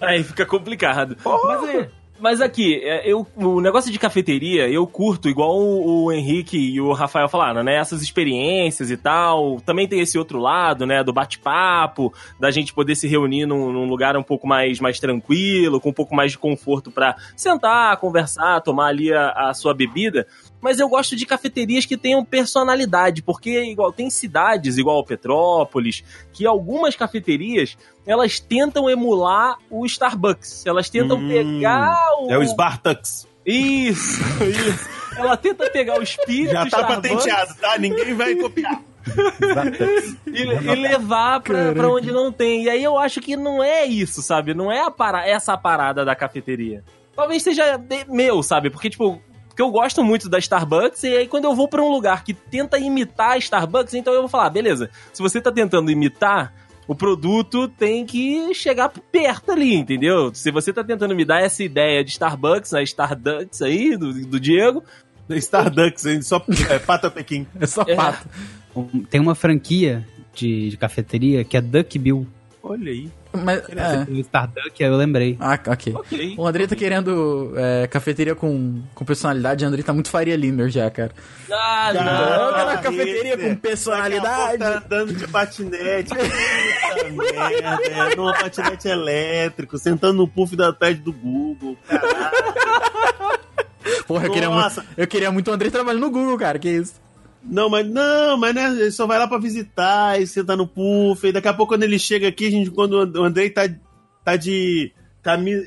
Aí fica complicado. Mas, é- mas aqui, é, eu, o negócio de cafeteria, eu curto, igual o, o Henrique e o Rafael falaram, né? Essas experiências e tal. Também tem esse outro lado, né? Do bate-papo, da gente poder se reunir num, num lugar um pouco mais, mais tranquilo, com um pouco mais de conforto pra sentar, conversar, tomar ali a- a sua bebida mas eu gosto de cafeterias que tenham personalidade, porque é igual tem cidades igual Petrópolis, que algumas cafeterias, elas tentam emular o Starbucks, elas tentam
Hum,
pegar o
É o Spartaks.
Isso, isso. Ela tenta pegar o espírito
Já tá
Starbucks
patenteado, tá? Ninguém vai copiar.
e,
tá
e levar pra, pra onde não tem. E aí eu acho que não é isso, sabe? Não é a para- essa parada da cafeteria. Talvez seja de- meu, sabe? Porque, tipo, porque eu gosto muito da Starbucks, e aí quando eu vou pra um lugar que tenta imitar a Starbucks, então eu vou falar, beleza, se você tá tentando imitar, o produto tem que chegar perto ali, entendeu? Se você tá tentando me dar essa ideia de Starbucks, a Starbucks aí, do, do Diego,
Starducks, hein? Só é, pata Pequim.
É só
É.
pato.
Um- Tem uma franquia de, de cafeteria que é Duck Bill.
Olha aí.
Mas, é.
O Starduck, aí eu lembrei.
Ah, ok.
Ok.
O Andrei tá querendo é, cafeteria com, com personalidade, o Andrei tá muito Faria Limer já, cara.
Ah,
Cara,
Coloca Tá, na
esse.
cafeteria com personalidade.
Daqui a pouco Tá andando de patinete. Puta merda, é, numa patinete elétrico, sentando no puff da tarde do Google. Caralho.
Porra, eu queria, muito,
Nossa.
eu queria muito o Andrei trabalhando no Google, cara, que isso.
Não, mas não, mas né, ele só vai lá pra visitar e sentar no puff. E daqui a pouco, quando ele chega aqui, a gente, quando o Andrei tá, tá de camisa,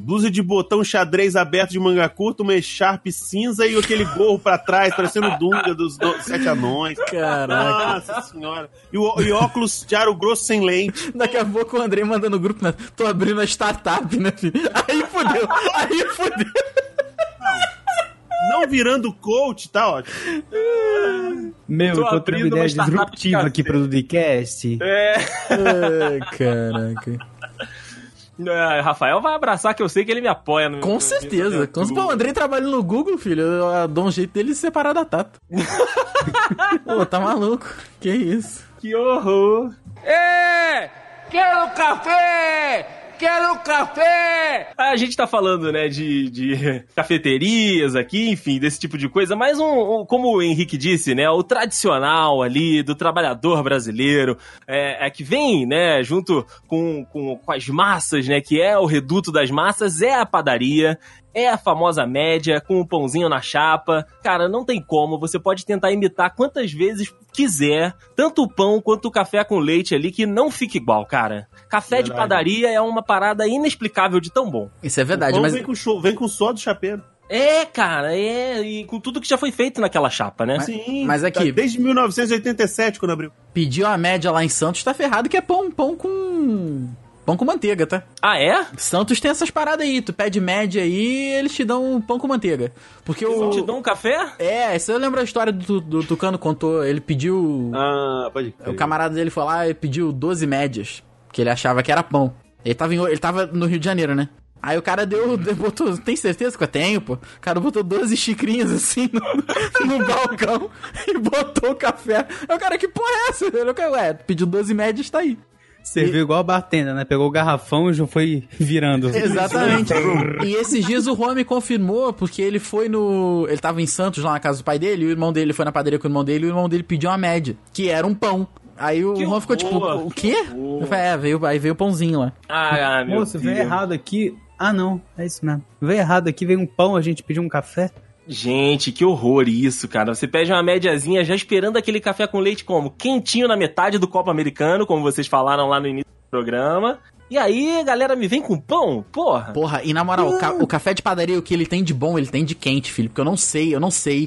blusa de botão xadrez aberto de manga curta, uma echarpe cinza e aquele gorro pra trás, parecendo o Dunga dos do- Sete Anões.
Caraca.
Nossa senhora. E, o, e óculos de aro grosso sem lente.
Daqui a pouco o Andrei manda no grupo, né? Tô abrindo a startup, né, filho? Aí fudeu, aí fudeu.
Não virando coach, tá ótimo.
Meu,
Tô
eu tô tendo
abrindo uma
ideia
startup
disruptiva
de
aqui pro Dudcast.
Ai, caraca.
É, Rafael vai abraçar que eu sei que ele me apoia. No, né?
Com
no-
certeza.
no-
Com... Pô, o Andrei trabalha no Google, filho. Eu dou um jeito dele se separar da Tata. Pô, tá maluco. Que isso.
Que horror. É! Quero café! Quero café! A gente tá falando, né, de, de cafeterias aqui, enfim, desse tipo de coisa, mas um, um- como o Henrique disse, né, o tradicional ali do trabalhador brasileiro, é, é que vem, né, junto com, com, com as massas, né, que é o reduto das massas, é a padaria, é a famosa média, com o pãozinho na chapa. Cara, não tem como, você pode tentar imitar quantas vezes quiser, tanto o pão quanto o café com leite ali, que não fica igual, cara. Café de
Verdade.
padaria é uma parada inexplicável de tão bom.
Isso é verdade,
Ou
mas.
vem, com show, vem com só do chapeiro.
É, cara, é, e com tudo que já foi feito naquela chapa, né?
Sim.
mas aqui-
tá Desde 1987, quando abriu.
Pediu a média lá em Santos, tá ferrado que é pão, pão com. Pão com manteiga, tá?
Ah, é?
Santos tem essas paradas aí. Tu pede média aí eles te dão um pão com manteiga. Porque
Eu... Te
o.
dão um café?
É, você lembra a história do, do Tucano contou? Ele pediu.
Ah, pode crer.
É, O camarada dele foi lá e pediu 12 médias, que ele achava que era pão. Ele tava, em o- ele tava no Rio de Janeiro, né? Aí o cara deu, deu- botou, tem certeza que eu tenho, pô? O cara botou 12 xicrinhas assim no, no balcão e botou o café. Aí o cara, que porra é essa? Ele, ué, pediu 12 médias, tá aí.
Você viu igual a bartender, né? Pegou o garrafão e já foi virando.
Exatamente. e esses dias o Juan me confirmou, porque ele foi no. Ele tava em Santos, lá na casa do pai dele, e o irmão dele foi na padaria com o irmão dele, e o irmão dele pediu uma média, que era um pão. Aí o
Que
Juan ficou tipo,
horror,
o
que
quê?
horror.
Eu falei, é, veio, aí veio o pãozinho lá.
Ah, ah, meu
Moço,
Deus.
veio errado aqui. Ah, não. É isso mesmo. Veio errado aqui, veio um pão, a gente pediu um café.
Gente, que horror isso, cara. Você pede uma médiazinha já esperando aquele café com leite como? Quentinho na metade do copo americano, como vocês falaram lá no início do programa. E aí, galera, me vem com pão? Porra.
Porra, e na moral, o, ca- o café de padaria, o que ele tem de bom, ele tem de quente, filho. Porque eu não sei, eu não sei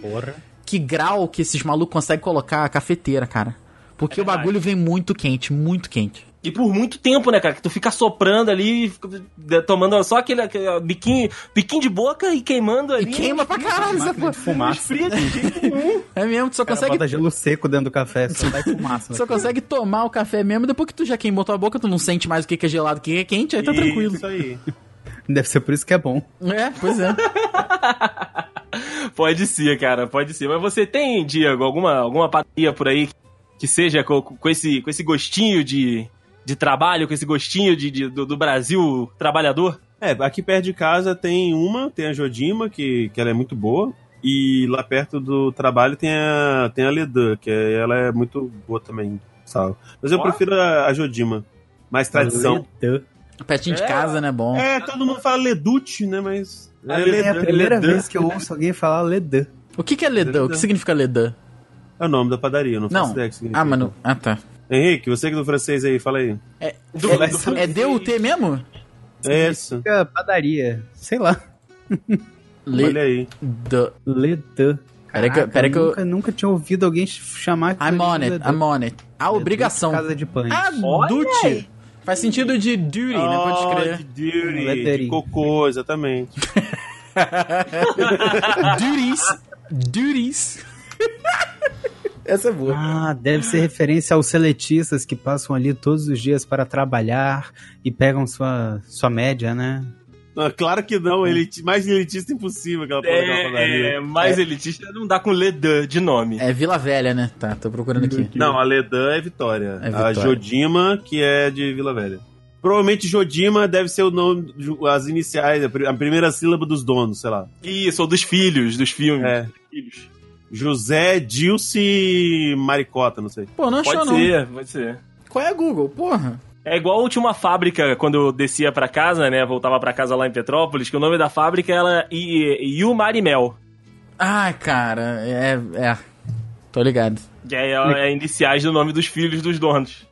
que grau que esses malucos conseguem colocar a cafeteira, cara. Porque
É
o bagulho vem muito quente, muito quente.
E por muito tempo, né, cara? Que tu fica soprando ali, fica de- tomando só aquele, aquele biquinho, biquinho de boca e queimando
E
ali.
queima pra caralho essa
Máquina
porra.
de fumaça.
É mesmo, tu só
Cara,
consegue
bota gelo seco dentro do café, só vai fumaça.
Só consegue tomar o café mesmo depois que tu já queimou tua boca, tu não sente mais o que que é gelado, o que que é quente, aí tá tranquilo.
Isso aí.
Deve ser por isso que é bom.
É, pois é.
Pode ser, cara, pode ser. Mas você tem, Diego, alguma, alguma padaria por aí que, que seja co- com, esse, com esse gostinho de, de trabalho, com esse gostinho de, de- do, do Brasil trabalhador?
É, aqui perto de casa tem uma, tem a Jodima, que, que ela é muito boa. E lá perto do trabalho tem a, tem a Ledã, que é- ela é muito boa também, sabe? Mas eu
Ó.
prefiro a, a Jodima. Mais
é
tradição.
Pertinho de
É.
casa, né, bom.
É, todo mundo fala Ledute, né? Mas.
É, é a
Ledã.
primeira
Ledã
vez que eu ouço alguém falar Ledã.
O que que é ledã? O que significa ledã?
É o nome da padaria, eu não faço
Não.
ideia o que significa.
Ah, mano, ah tá.
Henrique, você que é do francês aí, fala aí.
Do-
Vai
do-
saber.
É DUT mesmo?
É isso.
Fica padaria. Sei lá.
Olha aí.
Ledã.
Ledã.
Peraí que eu-
Caraca,
peraí que eu-
Ah, nunca, nunca tinha ouvido alguém ch- chamar...
I'm on it, I'm on it. A obrigação.
Casa de pães.
Ah,
Olha
duty. Faz sentido de duty, né? Pode
Oh, de
escrever.
Duty, de
Lettering.
cocô, exatamente.
Duties. Duties. Essa é boa.
Ah, deve ser referência aos seletistas que passam ali todos os dias para trabalhar e pegam sua, sua média, né?
Não, claro que não, eliti- mais elitista impossível aquela porra daquela padaria.
É, é, mais elitista não dá com Ledan de nome.
É Vila Velha, né? Tá, tô procurando aqui.
Não, a Ledan é Vitória.
É
A
Vitória.
Jodima, que é de Vila Velha. Provavelmente Jodima deve ser o nome, as iniciais, a pri- a primeira sílaba dos donos, sei lá.
Isso, ou dos filhos, dos filmes.
É.
Filhos.
José, Dilce, Maricota, não sei.
Pô, não achou
Pode
não.
ser, pode ser.
Qual é a Google? Porra.
É igual tinha uma fábrica quando eu descia pra casa, né? Voltava pra casa lá em Petrópolis, que o nome da fábrica era I- Iu Marimel.
Ai, cara, é. é. Tô ligado.
Que é, é iniciais do nome dos filhos dos donos.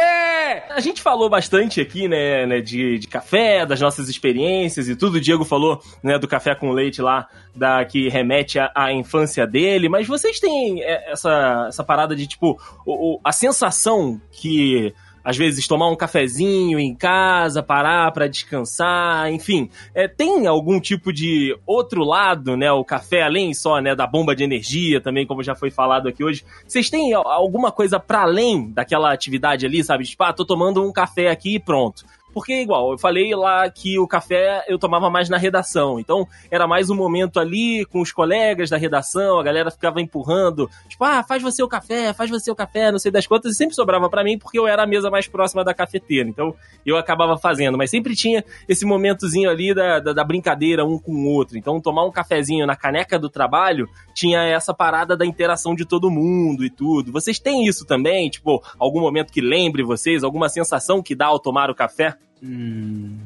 É, A gente falou bastante aqui, né, né, de, de café, das nossas experiências e tudo. O Diego falou, né, do café com leite lá, da que remete à, à infância dele. Mas vocês têm é, essa, essa parada de, tipo, o- o- a sensação que, às vezes, tomar um cafezinho em casa, parar pra descansar, enfim. É, tem algum tipo de outro lado, né, o café, além só, né, da bomba de energia também, como já foi falado aqui hoje. Vocês têm al- alguma coisa pra além daquela atividade ali, sabe? Tipo, ah, tô tomando um café aqui e pronto. Porque, igual, eu falei lá que o café eu tomava mais na redação. Então, era mais um momento ali com os colegas da redação, a galera ficava empurrando. Tipo, ah, faz você o café, faz você o café, não sei das quantas. E sempre sobrava pra mim porque eu era a mesa mais próxima da cafeteira. Então, eu acabava fazendo. Mas sempre tinha esse momentozinho ali da, da, da brincadeira um com o outro. Então, tomar um cafezinho na caneca do trabalho tinha essa parada da interação de todo mundo e tudo. Vocês têm isso também? Tipo, algum momento que lembre vocês? Alguma sensação que dá ao tomar o café?
Hum,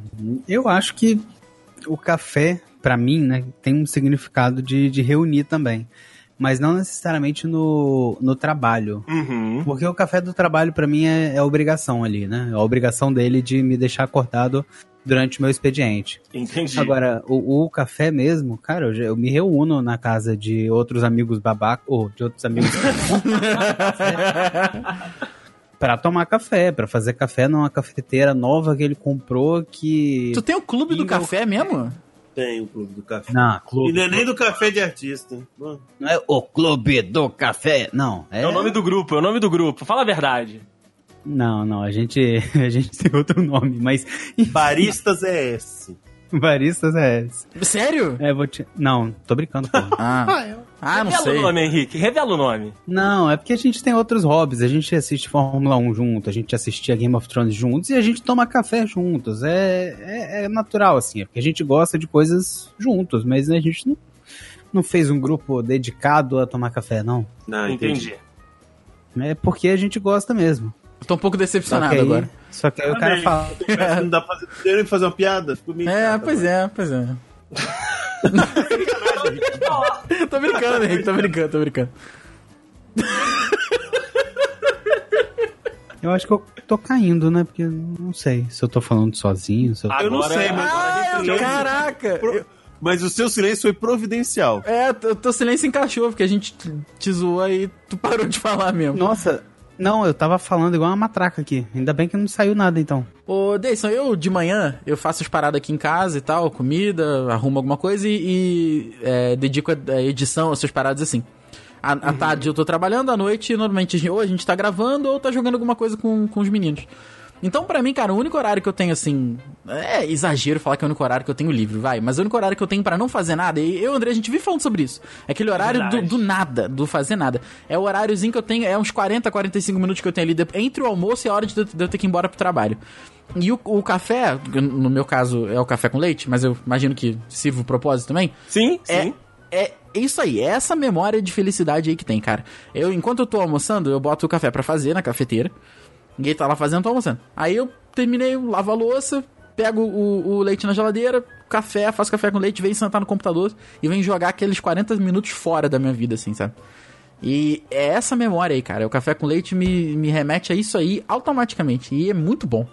Eu acho que o café, pra mim, né, tem um significado de, de reunir também. Mas não necessariamente no, no trabalho.
Uhum.
Porque o café do trabalho, pra mim, é, é obrigação ali, né? É a obrigação dele de me deixar acordado durante o meu expediente.
Entendi.
Agora, o, o café mesmo, cara, eu, já- eu me reúno na casa de outros amigos babaca, ou de outros amigos Pra tomar café, pra fazer café numa cafeteira nova que ele comprou que
Tu tem o clube do
Bingo.
café mesmo?
Tem o Clube do Café.
não,
E
clube,
não é nem do café de artista. Bom,
não é o clube do café, não, é,
É o nome do grupo, é o nome do grupo. Fala a verdade.
Não, não, a gente a gente tem outro nome, mas
Baristas é esse.
baristas é esse.
Sério?
É, vou te... Não, tô brincando, pô.
Ah, ah não
Revela
sei.
o nome, Henrique. Revela o nome.
Não, é porque a gente tem outros hobbies. A gente assiste Fórmula 1 junto, a gente assistia Game of Thrones juntos e a gente toma café juntos. É, é, é natural, assim. É porque a gente gosta de coisas juntos, mas né, a gente não, não fez um grupo dedicado a tomar café, não.
Ah,
Não,
Entendi.
É porque a gente gosta mesmo.
Eu Tô um pouco
Só que
decepcionado
aí,
agora.
Só que aí o cara
Também.
fala.
Parece que Não dá pra fazer, não deu nem pra fazer uma piada? Fico meio
É, pois é, pois é. tô brincando, Henrique, tô brincando, tô brincando.
Eu acho que eu tô caindo, né? Porque eu não sei se eu tô falando sozinho. Se eu...
é- Eu não
Agora-
sei, mas.
Ah,
Silêncio-
caraca! eu-
Mas o seu silêncio foi providencial.
É, o teu silêncio encaixou, porque a gente te- te zoou aí tu parou de falar mesmo.
Nossa, não, eu tava falando igual uma matraca aqui. Ainda bem que não saiu nada então.
Ô, Deison, eu de manhã, eu faço as paradas aqui em casa e tal, comida, arrumo alguma coisa e, e, é, dedico a, a edição, essas paradas assim. À, à tarde eu tô trabalhando, à noite normalmente ou a gente tá gravando ou tá jogando alguma coisa com, com os meninos. Então, pra mim, cara, o único horário que eu tenho, assim. É exagero falar que é o único horário que eu tenho livre, vai. Mas o único horário que eu tenho pra não fazer nada, e eu e o André, a gente vive falando sobre isso. É aquele horário do,
Verdade.
do nada, do fazer nada. É o horáriozinho que eu tenho, é uns 40, 45 minutos que eu tenho ali de- entre o almoço e a hora de, eu- de eu ter que ir embora pro trabalho. E o, o café, no meu caso é o café com leite, mas eu imagino que sirva o propósito também.
Sim,
É-
sim.
É isso aí, é essa memória de felicidade aí que tem, cara. Eu, enquanto eu tô almoçando, eu boto o café pra fazer na cafeteira. Ninguém tá lá fazendo, tô almoçando. Aí eu terminei, eu lavo a louça, pego o, o leite na geladeira, café, faço café com leite, venho sentar no computador e venho jogar aqueles 40 minutos fora da minha vida, assim, sabe? E é essa memória aí, cara. O café com leite me, me remete a isso aí automaticamente. E é muito bom.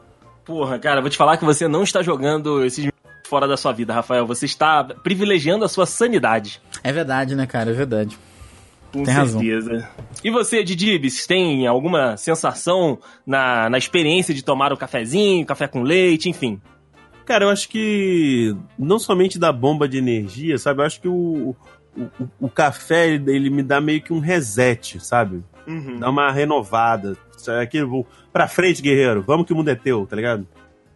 Porra, cara, vou te falar que você não está jogando esses minutos fora da sua vida, Rafael. Você está privilegiando a sua sanidade.
É verdade, né, cara? É verdade.
Com
Tem razão.
certeza. E você, Didibis, tem alguma sensação na, na experiência de tomar o cafezinho, café com leite, enfim?
Cara, eu acho que não somente da bomba de energia, sabe? Eu acho que o, o, o- o café, ele me dá meio que um reset, sabe?
Uhum.
Dá uma renovada. Isso Aqui, vou- pra frente, guerreiro. Vamos que o mundo é teu, tá ligado?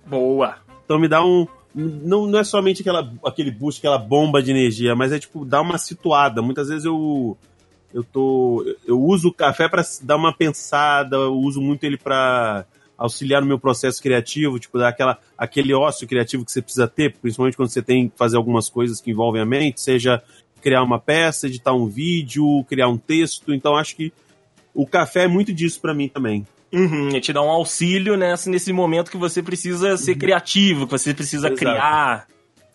Boa.
Então me dá um. Não, não é somente aquela, aquele boost, aquela bomba de energia, mas é tipo, dá uma situada. Muitas vezes eu. Eu tô. Eu uso o café pra dar uma pensada, eu uso muito ele pra auxiliar no meu processo criativo, tipo, dar aquela, aquele ócio criativo que você precisa ter, principalmente quando você tem que fazer algumas coisas que envolvem a mente, seja criar uma peça, editar um vídeo, criar um texto. Então acho que o café é muito disso pra mim também.
Uhum, e te dá um auxílio nessa, nesse momento que você precisa ser criativo, que você precisa
Exato.
criar.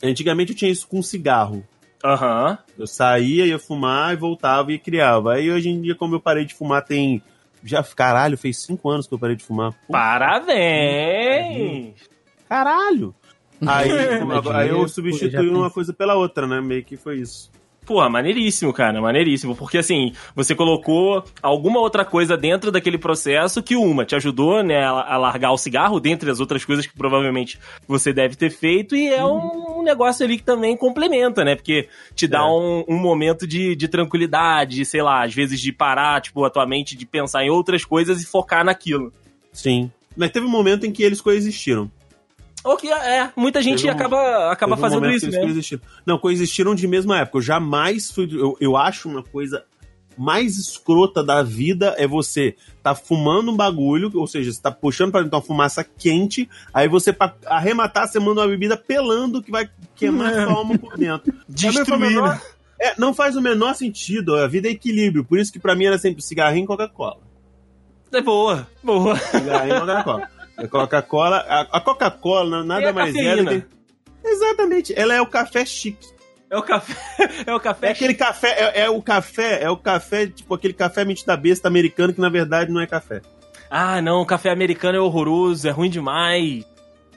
Antigamente eu tinha isso com cigarro.
Aham.
Eu saía, ia fumar e voltava e criava. Aí hoje em dia, como eu parei de fumar, tem. Já, caralho, fez cinco anos que eu parei de fumar.
é
Pô,
Parabéns!
Caralho! Aí, aí eu
É dinheiro, já
substituí
tem-
uma coisa pela outra, né? Meio que foi isso.
Porra, maneiríssimo, cara, maneiríssimo. Porque assim, você colocou alguma outra coisa dentro daquele processo que uma te ajudou, né, a a largar o cigarro, dentre as outras coisas que provavelmente você deve ter feito, e é um, um negócio ali que também complementa, né? Porque te dá
Uhum. É.
um, um momento de, de tranquilidade, sei lá, às vezes de parar, tipo, a tua mente de pensar em outras coisas e focar naquilo.
Sim. Mas teve um momento em que eles coexistiram.
O que é, muita gente
Teve um-
acaba, acaba
Teve um
fazendo
momento
isso,
que
né?
eles coexistiram. Não, coexistiram de mesma época. Eu jamais fui. Eu, eu acho uma coisa mais escrota da vida é você tá fumando um bagulho, ou seja, você tá puxando pra dentro uma fumaça quente, aí você, pra arrematar, você manda uma bebida pelando que vai queimar
É.
sua alma por dentro. Também foi o
Destruir,
menor-
né?
É, não faz o menor sentido. A vida é equilíbrio. Por isso que pra mim era sempre cigarrinho e Coca-Cola.
É boa, boa.
Cigarrinho e Coca-Cola. E a Coca-Cola, a, a Coca-Cola
Tem
nada
a
mais é do
cafeína.
que... Exatamente. Ela é o café chique.
É o café, é o
É
café
aquele café, é, é o café, é o café, tipo aquele café mentira besta americano que na verdade não é café.
Ah, não, o café americano é horroroso, é ruim demais.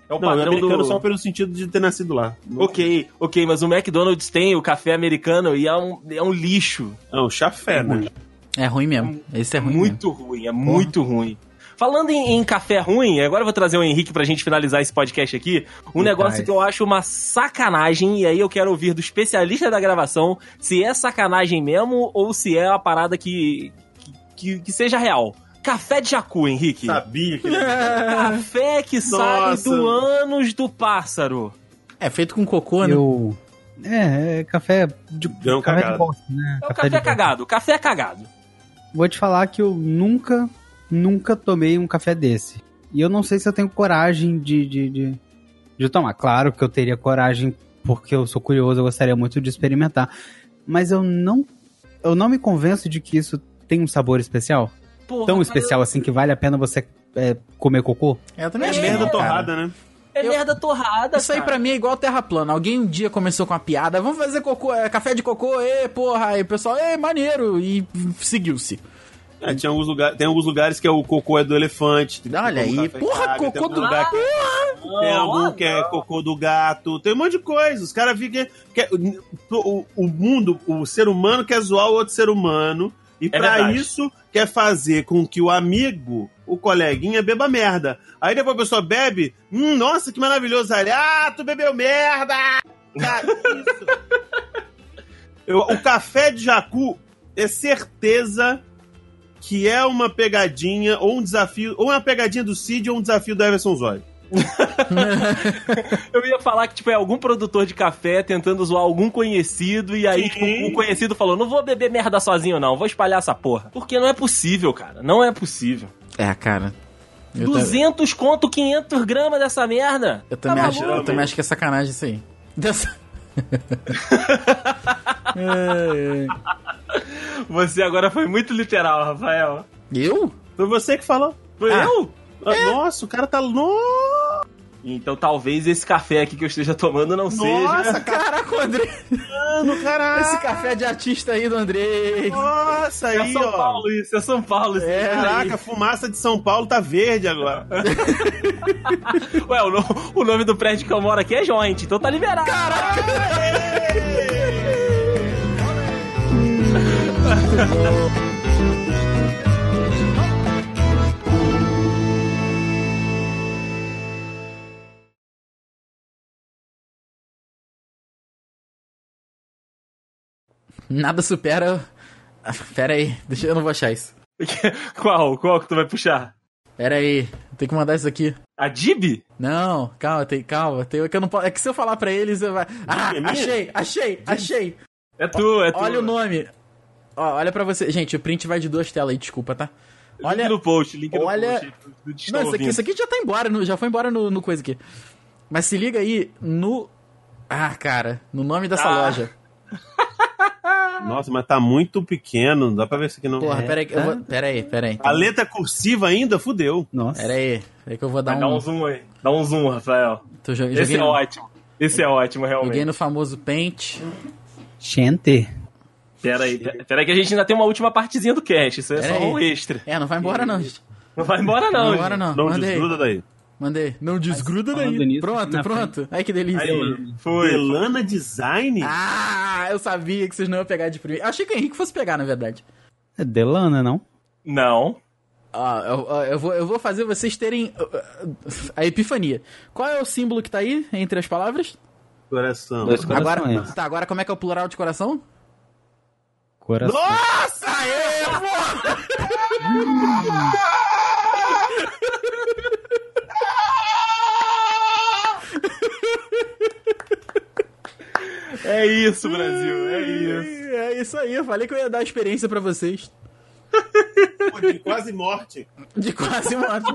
É o
Não, é
padrão
americano
do...
só pelo sentido de ter nascido lá.
Ok, ok, mas o McDonald's tem o café americano e é um, é um lixo.
Não, chafé, né?
É ruim mesmo. Esse é ruim
muito ruim, é muito ruim. Falando em, em café ruim, agora eu vou trazer o Henrique pra gente finalizar esse podcast aqui. Um
Rapaz.
negócio que eu acho uma sacanagem, e aí eu quero ouvir do especialista da gravação se é sacanagem mesmo ou se é uma parada que, que, que seja real. Café de jacu, Henrique.
Sabia que
Café que sai
Nossa.
do ânus do pássaro.
mesmo. É feito com cocô, né?
Eu. É, é café de,
Grão
café
cagado.
de bosta, né?
É o café,
de bosta.
cagado, café cagado.
Vou te falar que eu nunca, nunca tomei um café desse. E eu não sei se eu tenho coragem de, de, de, de tomar. Claro que eu teria coragem, porque eu sou curioso, eu gostaria muito de experimentar. Mas eu não, eu não me convenço de que isso tem um sabor especial.
Porra,
Tão
cara,
especial assim que vale a pena você é, comer cocô.
Eu também
É
acho que
merda
não, cara.
torrada, né?
É
Eu-
merda torrada,
Isso aí
cara.
pra mim é igual terra plana. Alguém um dia começou com a piada, vamos fazer cocô, é, café de cocô, ê, porra. Aí o pessoal, ê, maneiro. E seguiu-se.
É, tinha alguns lugar, tem alguns lugares que é o cocô é do elefante. tem
Olha
cocô do
aí,
café
porra,
caga, tem
cocô
algum
do-
lugar que Tem algum
Olha.
que é cocô do gato, tem um monte de coisa. Os caras ficam. quer- o, o mundo, o ser humano quer zoar o outro ser humano. E pra
verdade.
isso quer fazer com que o amigo, o coleguinha, beba merda. Aí depois a pessoa bebe, hum, nossa, que maravilhoso. Aí, ele, ah, tu bebeu merda! Cara, isso. Eu- o café de jacu é certeza que é uma pegadinha ou um desafio, ou uma pegadinha do Cid ou um desafio do Everson Zóio.
Eu ia falar que, tipo, é algum produtor de café tentando zoar algum conhecido, e aí,
Sim.
tipo, o conhecido falou: não vou beber merda sozinho, não, vou espalhar essa porra. Porque não é possível, cara. Não é possível.
É, cara. Eu, ta-
200 conto 500 gramas dessa merda.
eu também
Tá
acho,
maluco?
eu também acho que é sacanagem isso aí. Dessa- É, é.
Você agora foi muito literal, Rafael.
Eu?
Foi você que falou.
Foi
Ah.
eu?
Ah, Nossa, o cara tá louco.
Então talvez esse café aqui que eu esteja tomando não seja.
Nossa,
Caraca, o André.
caralho, caralho.
Esse café de artista aí do Andrei.
Nossa,
É
aí,
São
ó.
Paulo isso, é São Paulo isso.
É,
Caraca, a fumaça de São Paulo tá verde agora.
Ué, o, no- o nome do prédio que eu moro aqui é Joint, então tá liberado.
Nada supera. Ah, Pera aí, deixa eu não vou achar isso.
Qual? Qual que tu vai puxar?
Pera aí, tem que mandar isso aqui.
A Dib?
Não, calma, tem, calma. Tem, é, que eu não, po- é que se eu falar pra eles, eu vai. Ah,
é minha?
achei, achei, achei.
É tu, é tu.
Olha o nome. Ó, olha pra você. Gente, o print vai de duas telas aí, desculpa, tá? Olha.
Link no post, link no
olha-
post. do que
Não,
estão
isso aqui,
ouvindo.
isso aqui já tá embora, no- já foi embora no, no coisa aqui. Mas se liga aí no. Ah, cara, no nome dessa
Ah.
loja.
Nossa, mas tá muito pequeno, não dá pra ver isso aqui não.
Porra,
É,
pera aí, que eu vou- pera aí, pera
Ah.
aí.
A letra cursiva ainda, fudeu.
Nossa.
Pera aí, pera aí que eu vou dar
Vai dar
um.
um zoom aí. Dá um zoom, Rafael.
tô jo-
Esse
joguei,
é
no-
ótimo. Esse é ótimo,
joguei
realmente.
no famoso Paint.
Gente.
Pera aí, pe- pera aí que a gente ainda tem uma última partezinha do cast. Isso é
Pera
só um
aí.
extra.
É, não vai embora não. gente.
Não vai embora, não.
Não vai embora
gente.
não.
Não
Mandei.
desgruda daí.
Mandei. Não desgruda
falando
daí.
nisso, aqui
pronto,
na
pronto. Ai que delícia.
Foi.
Delana Design?
Ah, eu sabia que vocês não iam pegar de primeiro. Achei que o Henrique fosse pegar, na verdade.
É Delana, não?
Não.
Ah, eu, eu- eu vou, eu vou fazer vocês terem uh, uh, a epifania. Qual é o símbolo que tá aí entre as palavras?
Coração.
Dois
Agora,
corações.
tá, agora como é que é o plural de coração?
Coração.
Nossa! Aê, porra!
É isso, Brasil. É isso.
É isso aí, eu falei que eu ia dar experiência pra vocês.
De quase morte.
De quase morte.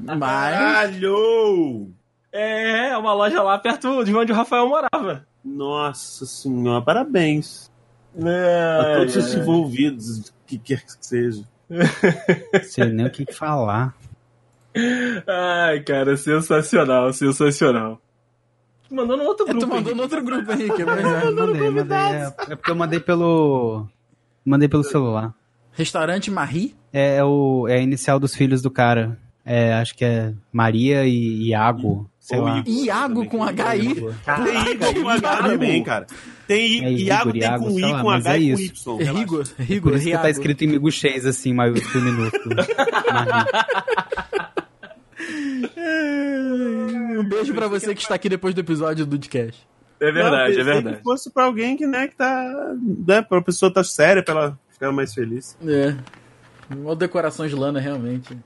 mas- Mas.
Caralho!
É, é uma loja lá perto de onde o Rafael morava.
Nossa senhora, parabéns. A todos os envolvidos, o que quer que seja.
Não sei nem o que que falar.
Ai, cara, sensacional, sensacional. Tu mandou no outro
É, tu
grupo.
mandou
Henrique.
no outro grupo, Henrique. mas é.
Eu mandei, mandei. É, é porque eu mandei pelo. Mandei pelo celular.
Restaurante Marie?
É, o, é a inicial dos filhos do cara. É, acho que é Maria e Iago. Sei
Ou
lá.
Igor
Iago
também,
com
que
HI?
Tem Igor com H também, cara. Tem I-
É Igor,
Iago, tem
Iago,
com
sei
I,
lá,
com
mas
H
é
e com
isso.
Y. relaxa.
Rigor, Rigor,
Por isso que tá
Iago.
escrito em miguxês, assim, maiúsculo e minúsculo.
Um beijo pra você que está aqui depois do episódio do podcast.
É verdade,
Não,
é
pensei
verdade.
Que fosse pra alguém que, né, que tá. Né, pra pessoa tá séria, pra ela ficar mais feliz.
É. Uma decoração de lana, realmente.